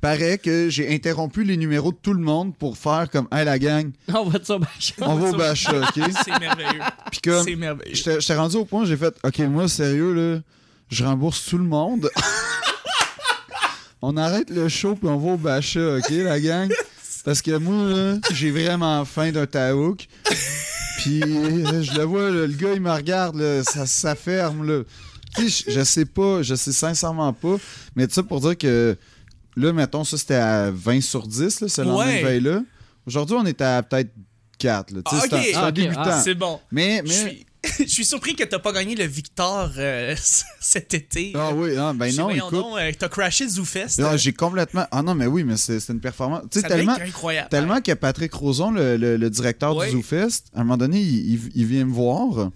[SPEAKER 5] paraît que j'ai interrompu les numéros de tout le monde pour faire comme Hey la gang,
[SPEAKER 3] (laughs) On ben, va te sur Bachar.
[SPEAKER 5] on va au Bacha, OK
[SPEAKER 2] C'est (laughs) merveilleux.
[SPEAKER 5] Puis comme.
[SPEAKER 2] C'est merveilleux.
[SPEAKER 5] J'étais j'étais rendu au point, j'ai fait OK, moi, sérieux, là, je rembourse tout le monde. (laughs) on arrête le show puis on va au Bacha, OK, la gang? Parce que moi, là, j'ai vraiment faim d'un taouk. Puis euh, je le vois, là, le gars, il me regarde, là, ça, ça ferme, là. Tu sais, je je sais pas, je sais sincèrement pas. Mais tu sais, pour dire que là, mettons, ça c'était à 20 sur 10, là, ce lendemain
[SPEAKER 2] Ouais.
[SPEAKER 5] de veille-là. Aujourd'hui, on est à peut-être 4. Là. Tu
[SPEAKER 2] Ah,
[SPEAKER 5] sais, c'est un-
[SPEAKER 2] ok.
[SPEAKER 5] c'est un,
[SPEAKER 3] Ah, ok,
[SPEAKER 5] débutant.
[SPEAKER 3] ah,
[SPEAKER 2] C'est bon.
[SPEAKER 5] mais,
[SPEAKER 2] Je
[SPEAKER 5] mais...
[SPEAKER 2] suis- (laughs) Je suis surpris que t'as pas gagné le Victor euh, (laughs) cet été.
[SPEAKER 5] Ah oui, ah, ben
[SPEAKER 2] J'ai-
[SPEAKER 5] non,
[SPEAKER 2] voyons
[SPEAKER 5] écoute.
[SPEAKER 2] donc, euh, T'as crashé Zoufest.
[SPEAKER 5] Ah, j'ai complètement. Ah non, mais oui, mais c'est c'est une performance. Tu sais,
[SPEAKER 2] Ça devait
[SPEAKER 5] tellement,
[SPEAKER 2] être incroyable.
[SPEAKER 5] tellement que Patrick Roson, le, le- le directeur
[SPEAKER 2] Ouais.
[SPEAKER 5] du ZooFest, à un moment donné, il, il- il vient me voir.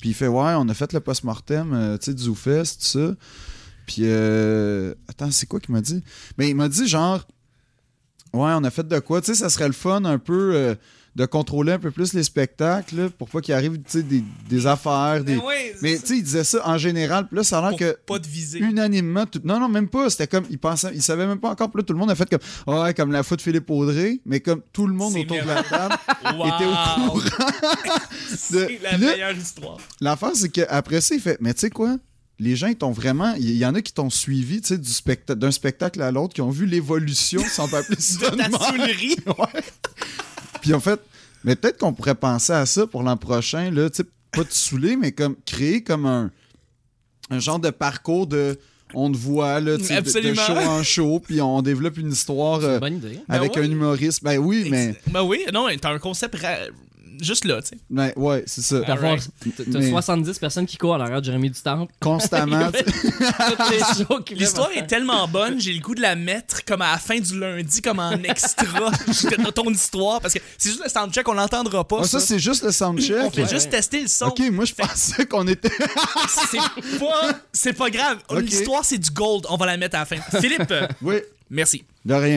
[SPEAKER 5] Puis il fait Ouais, on a fait le post-mortem euh, tu sais, du ZooFest, tout ça. Puis, euh, attends, c'est quoi qu'il m'a dit Mais il m'a dit genre Ouais, on a fait de quoi Tu sais, ça serait le fun un peu. euh, de contrôler un peu plus les spectacles là, pour pas qu'il arrive tu sais, des, des affaires. Des...
[SPEAKER 2] Mais ouais, c'est
[SPEAKER 5] Mais
[SPEAKER 2] ça.
[SPEAKER 5] tu sais, il disait ça en général. Puis là, ça a l'air
[SPEAKER 2] Pour
[SPEAKER 5] que
[SPEAKER 2] pas de visée.
[SPEAKER 5] unanimement tout- non non même pas c'était comme il pensait il savait même pas encore puis là tout le monde a fait comme Ah ouais comme la faute de Philippe Audrey mais comme tout le monde
[SPEAKER 2] C'est
[SPEAKER 5] autour de
[SPEAKER 2] (laughs)
[SPEAKER 5] la table
[SPEAKER 2] Wow.
[SPEAKER 5] était au
[SPEAKER 2] (laughs)
[SPEAKER 5] courant
[SPEAKER 2] C'est
[SPEAKER 5] de-
[SPEAKER 2] la
[SPEAKER 5] Puis là-
[SPEAKER 2] meilleure histoire.
[SPEAKER 5] l'affaire c'est qu'après ça il fait mais tu sais quoi les gens ils t'ont vraiment il y, y en a qui t'ont suivi tu sais du specta- d'un spectacle à l'autre qui ont vu l'évolution sans pas
[SPEAKER 2] (laughs)
[SPEAKER 5] appeler ça
[SPEAKER 2] De
[SPEAKER 5] de
[SPEAKER 2] ta
[SPEAKER 5] même.
[SPEAKER 2] soulerie.
[SPEAKER 5] puis en fait mais peut-être qu'on pourrait penser à ça pour l'an prochain là tu sais pas te saouler mais comme créer comme un un genre de parcours de on te voit là, tu sais, de, de
[SPEAKER 2] Absolument.
[SPEAKER 5] show en show, puis on développe une histoire
[SPEAKER 3] C'est
[SPEAKER 5] euh,
[SPEAKER 2] Ben
[SPEAKER 3] une bonne idée.
[SPEAKER 5] avec
[SPEAKER 2] ouais. (laughs)
[SPEAKER 5] un humoriste. Ben oui, mais
[SPEAKER 2] Ben oui, non, t'as un concept ra- juste là, tu sais.
[SPEAKER 5] Ouais, ben ouais, c'est ça.
[SPEAKER 2] Ah.
[SPEAKER 3] D'avoir,
[SPEAKER 2] Alright.
[SPEAKER 3] t'as
[SPEAKER 5] Mais-
[SPEAKER 3] 70 personnes qui courent à l'arrière de Jérémy du Temple.
[SPEAKER 2] (laughs)
[SPEAKER 5] Constamment. tu-
[SPEAKER 3] Toutes les shows qu'il fait
[SPEAKER 2] L'histoire est tellement bonne, j'ai le goût de la mettre comme à la fin du lundi, comme en
[SPEAKER 5] (laughs)
[SPEAKER 2] extra (laughs) de ton histoire, parce que c'est juste le soundcheck, on l'entendra pas.
[SPEAKER 5] Ah,
[SPEAKER 2] ça.
[SPEAKER 5] ça, c'est juste le
[SPEAKER 2] On
[SPEAKER 5] soundcheck.
[SPEAKER 2] fait
[SPEAKER 3] Ouais.
[SPEAKER 2] juste tester le son.
[SPEAKER 5] Ok, moi, je pensais qu'on
[SPEAKER 2] (laughs)
[SPEAKER 5] était. (laughs)
[SPEAKER 2] C'est pas, c'est pas grave.
[SPEAKER 5] Ok. (laughs)
[SPEAKER 2] L'histoire, c'est du gold. On va la mettre à la fin. Philippe, euh,
[SPEAKER 5] oui,
[SPEAKER 2] merci.
[SPEAKER 5] de rien.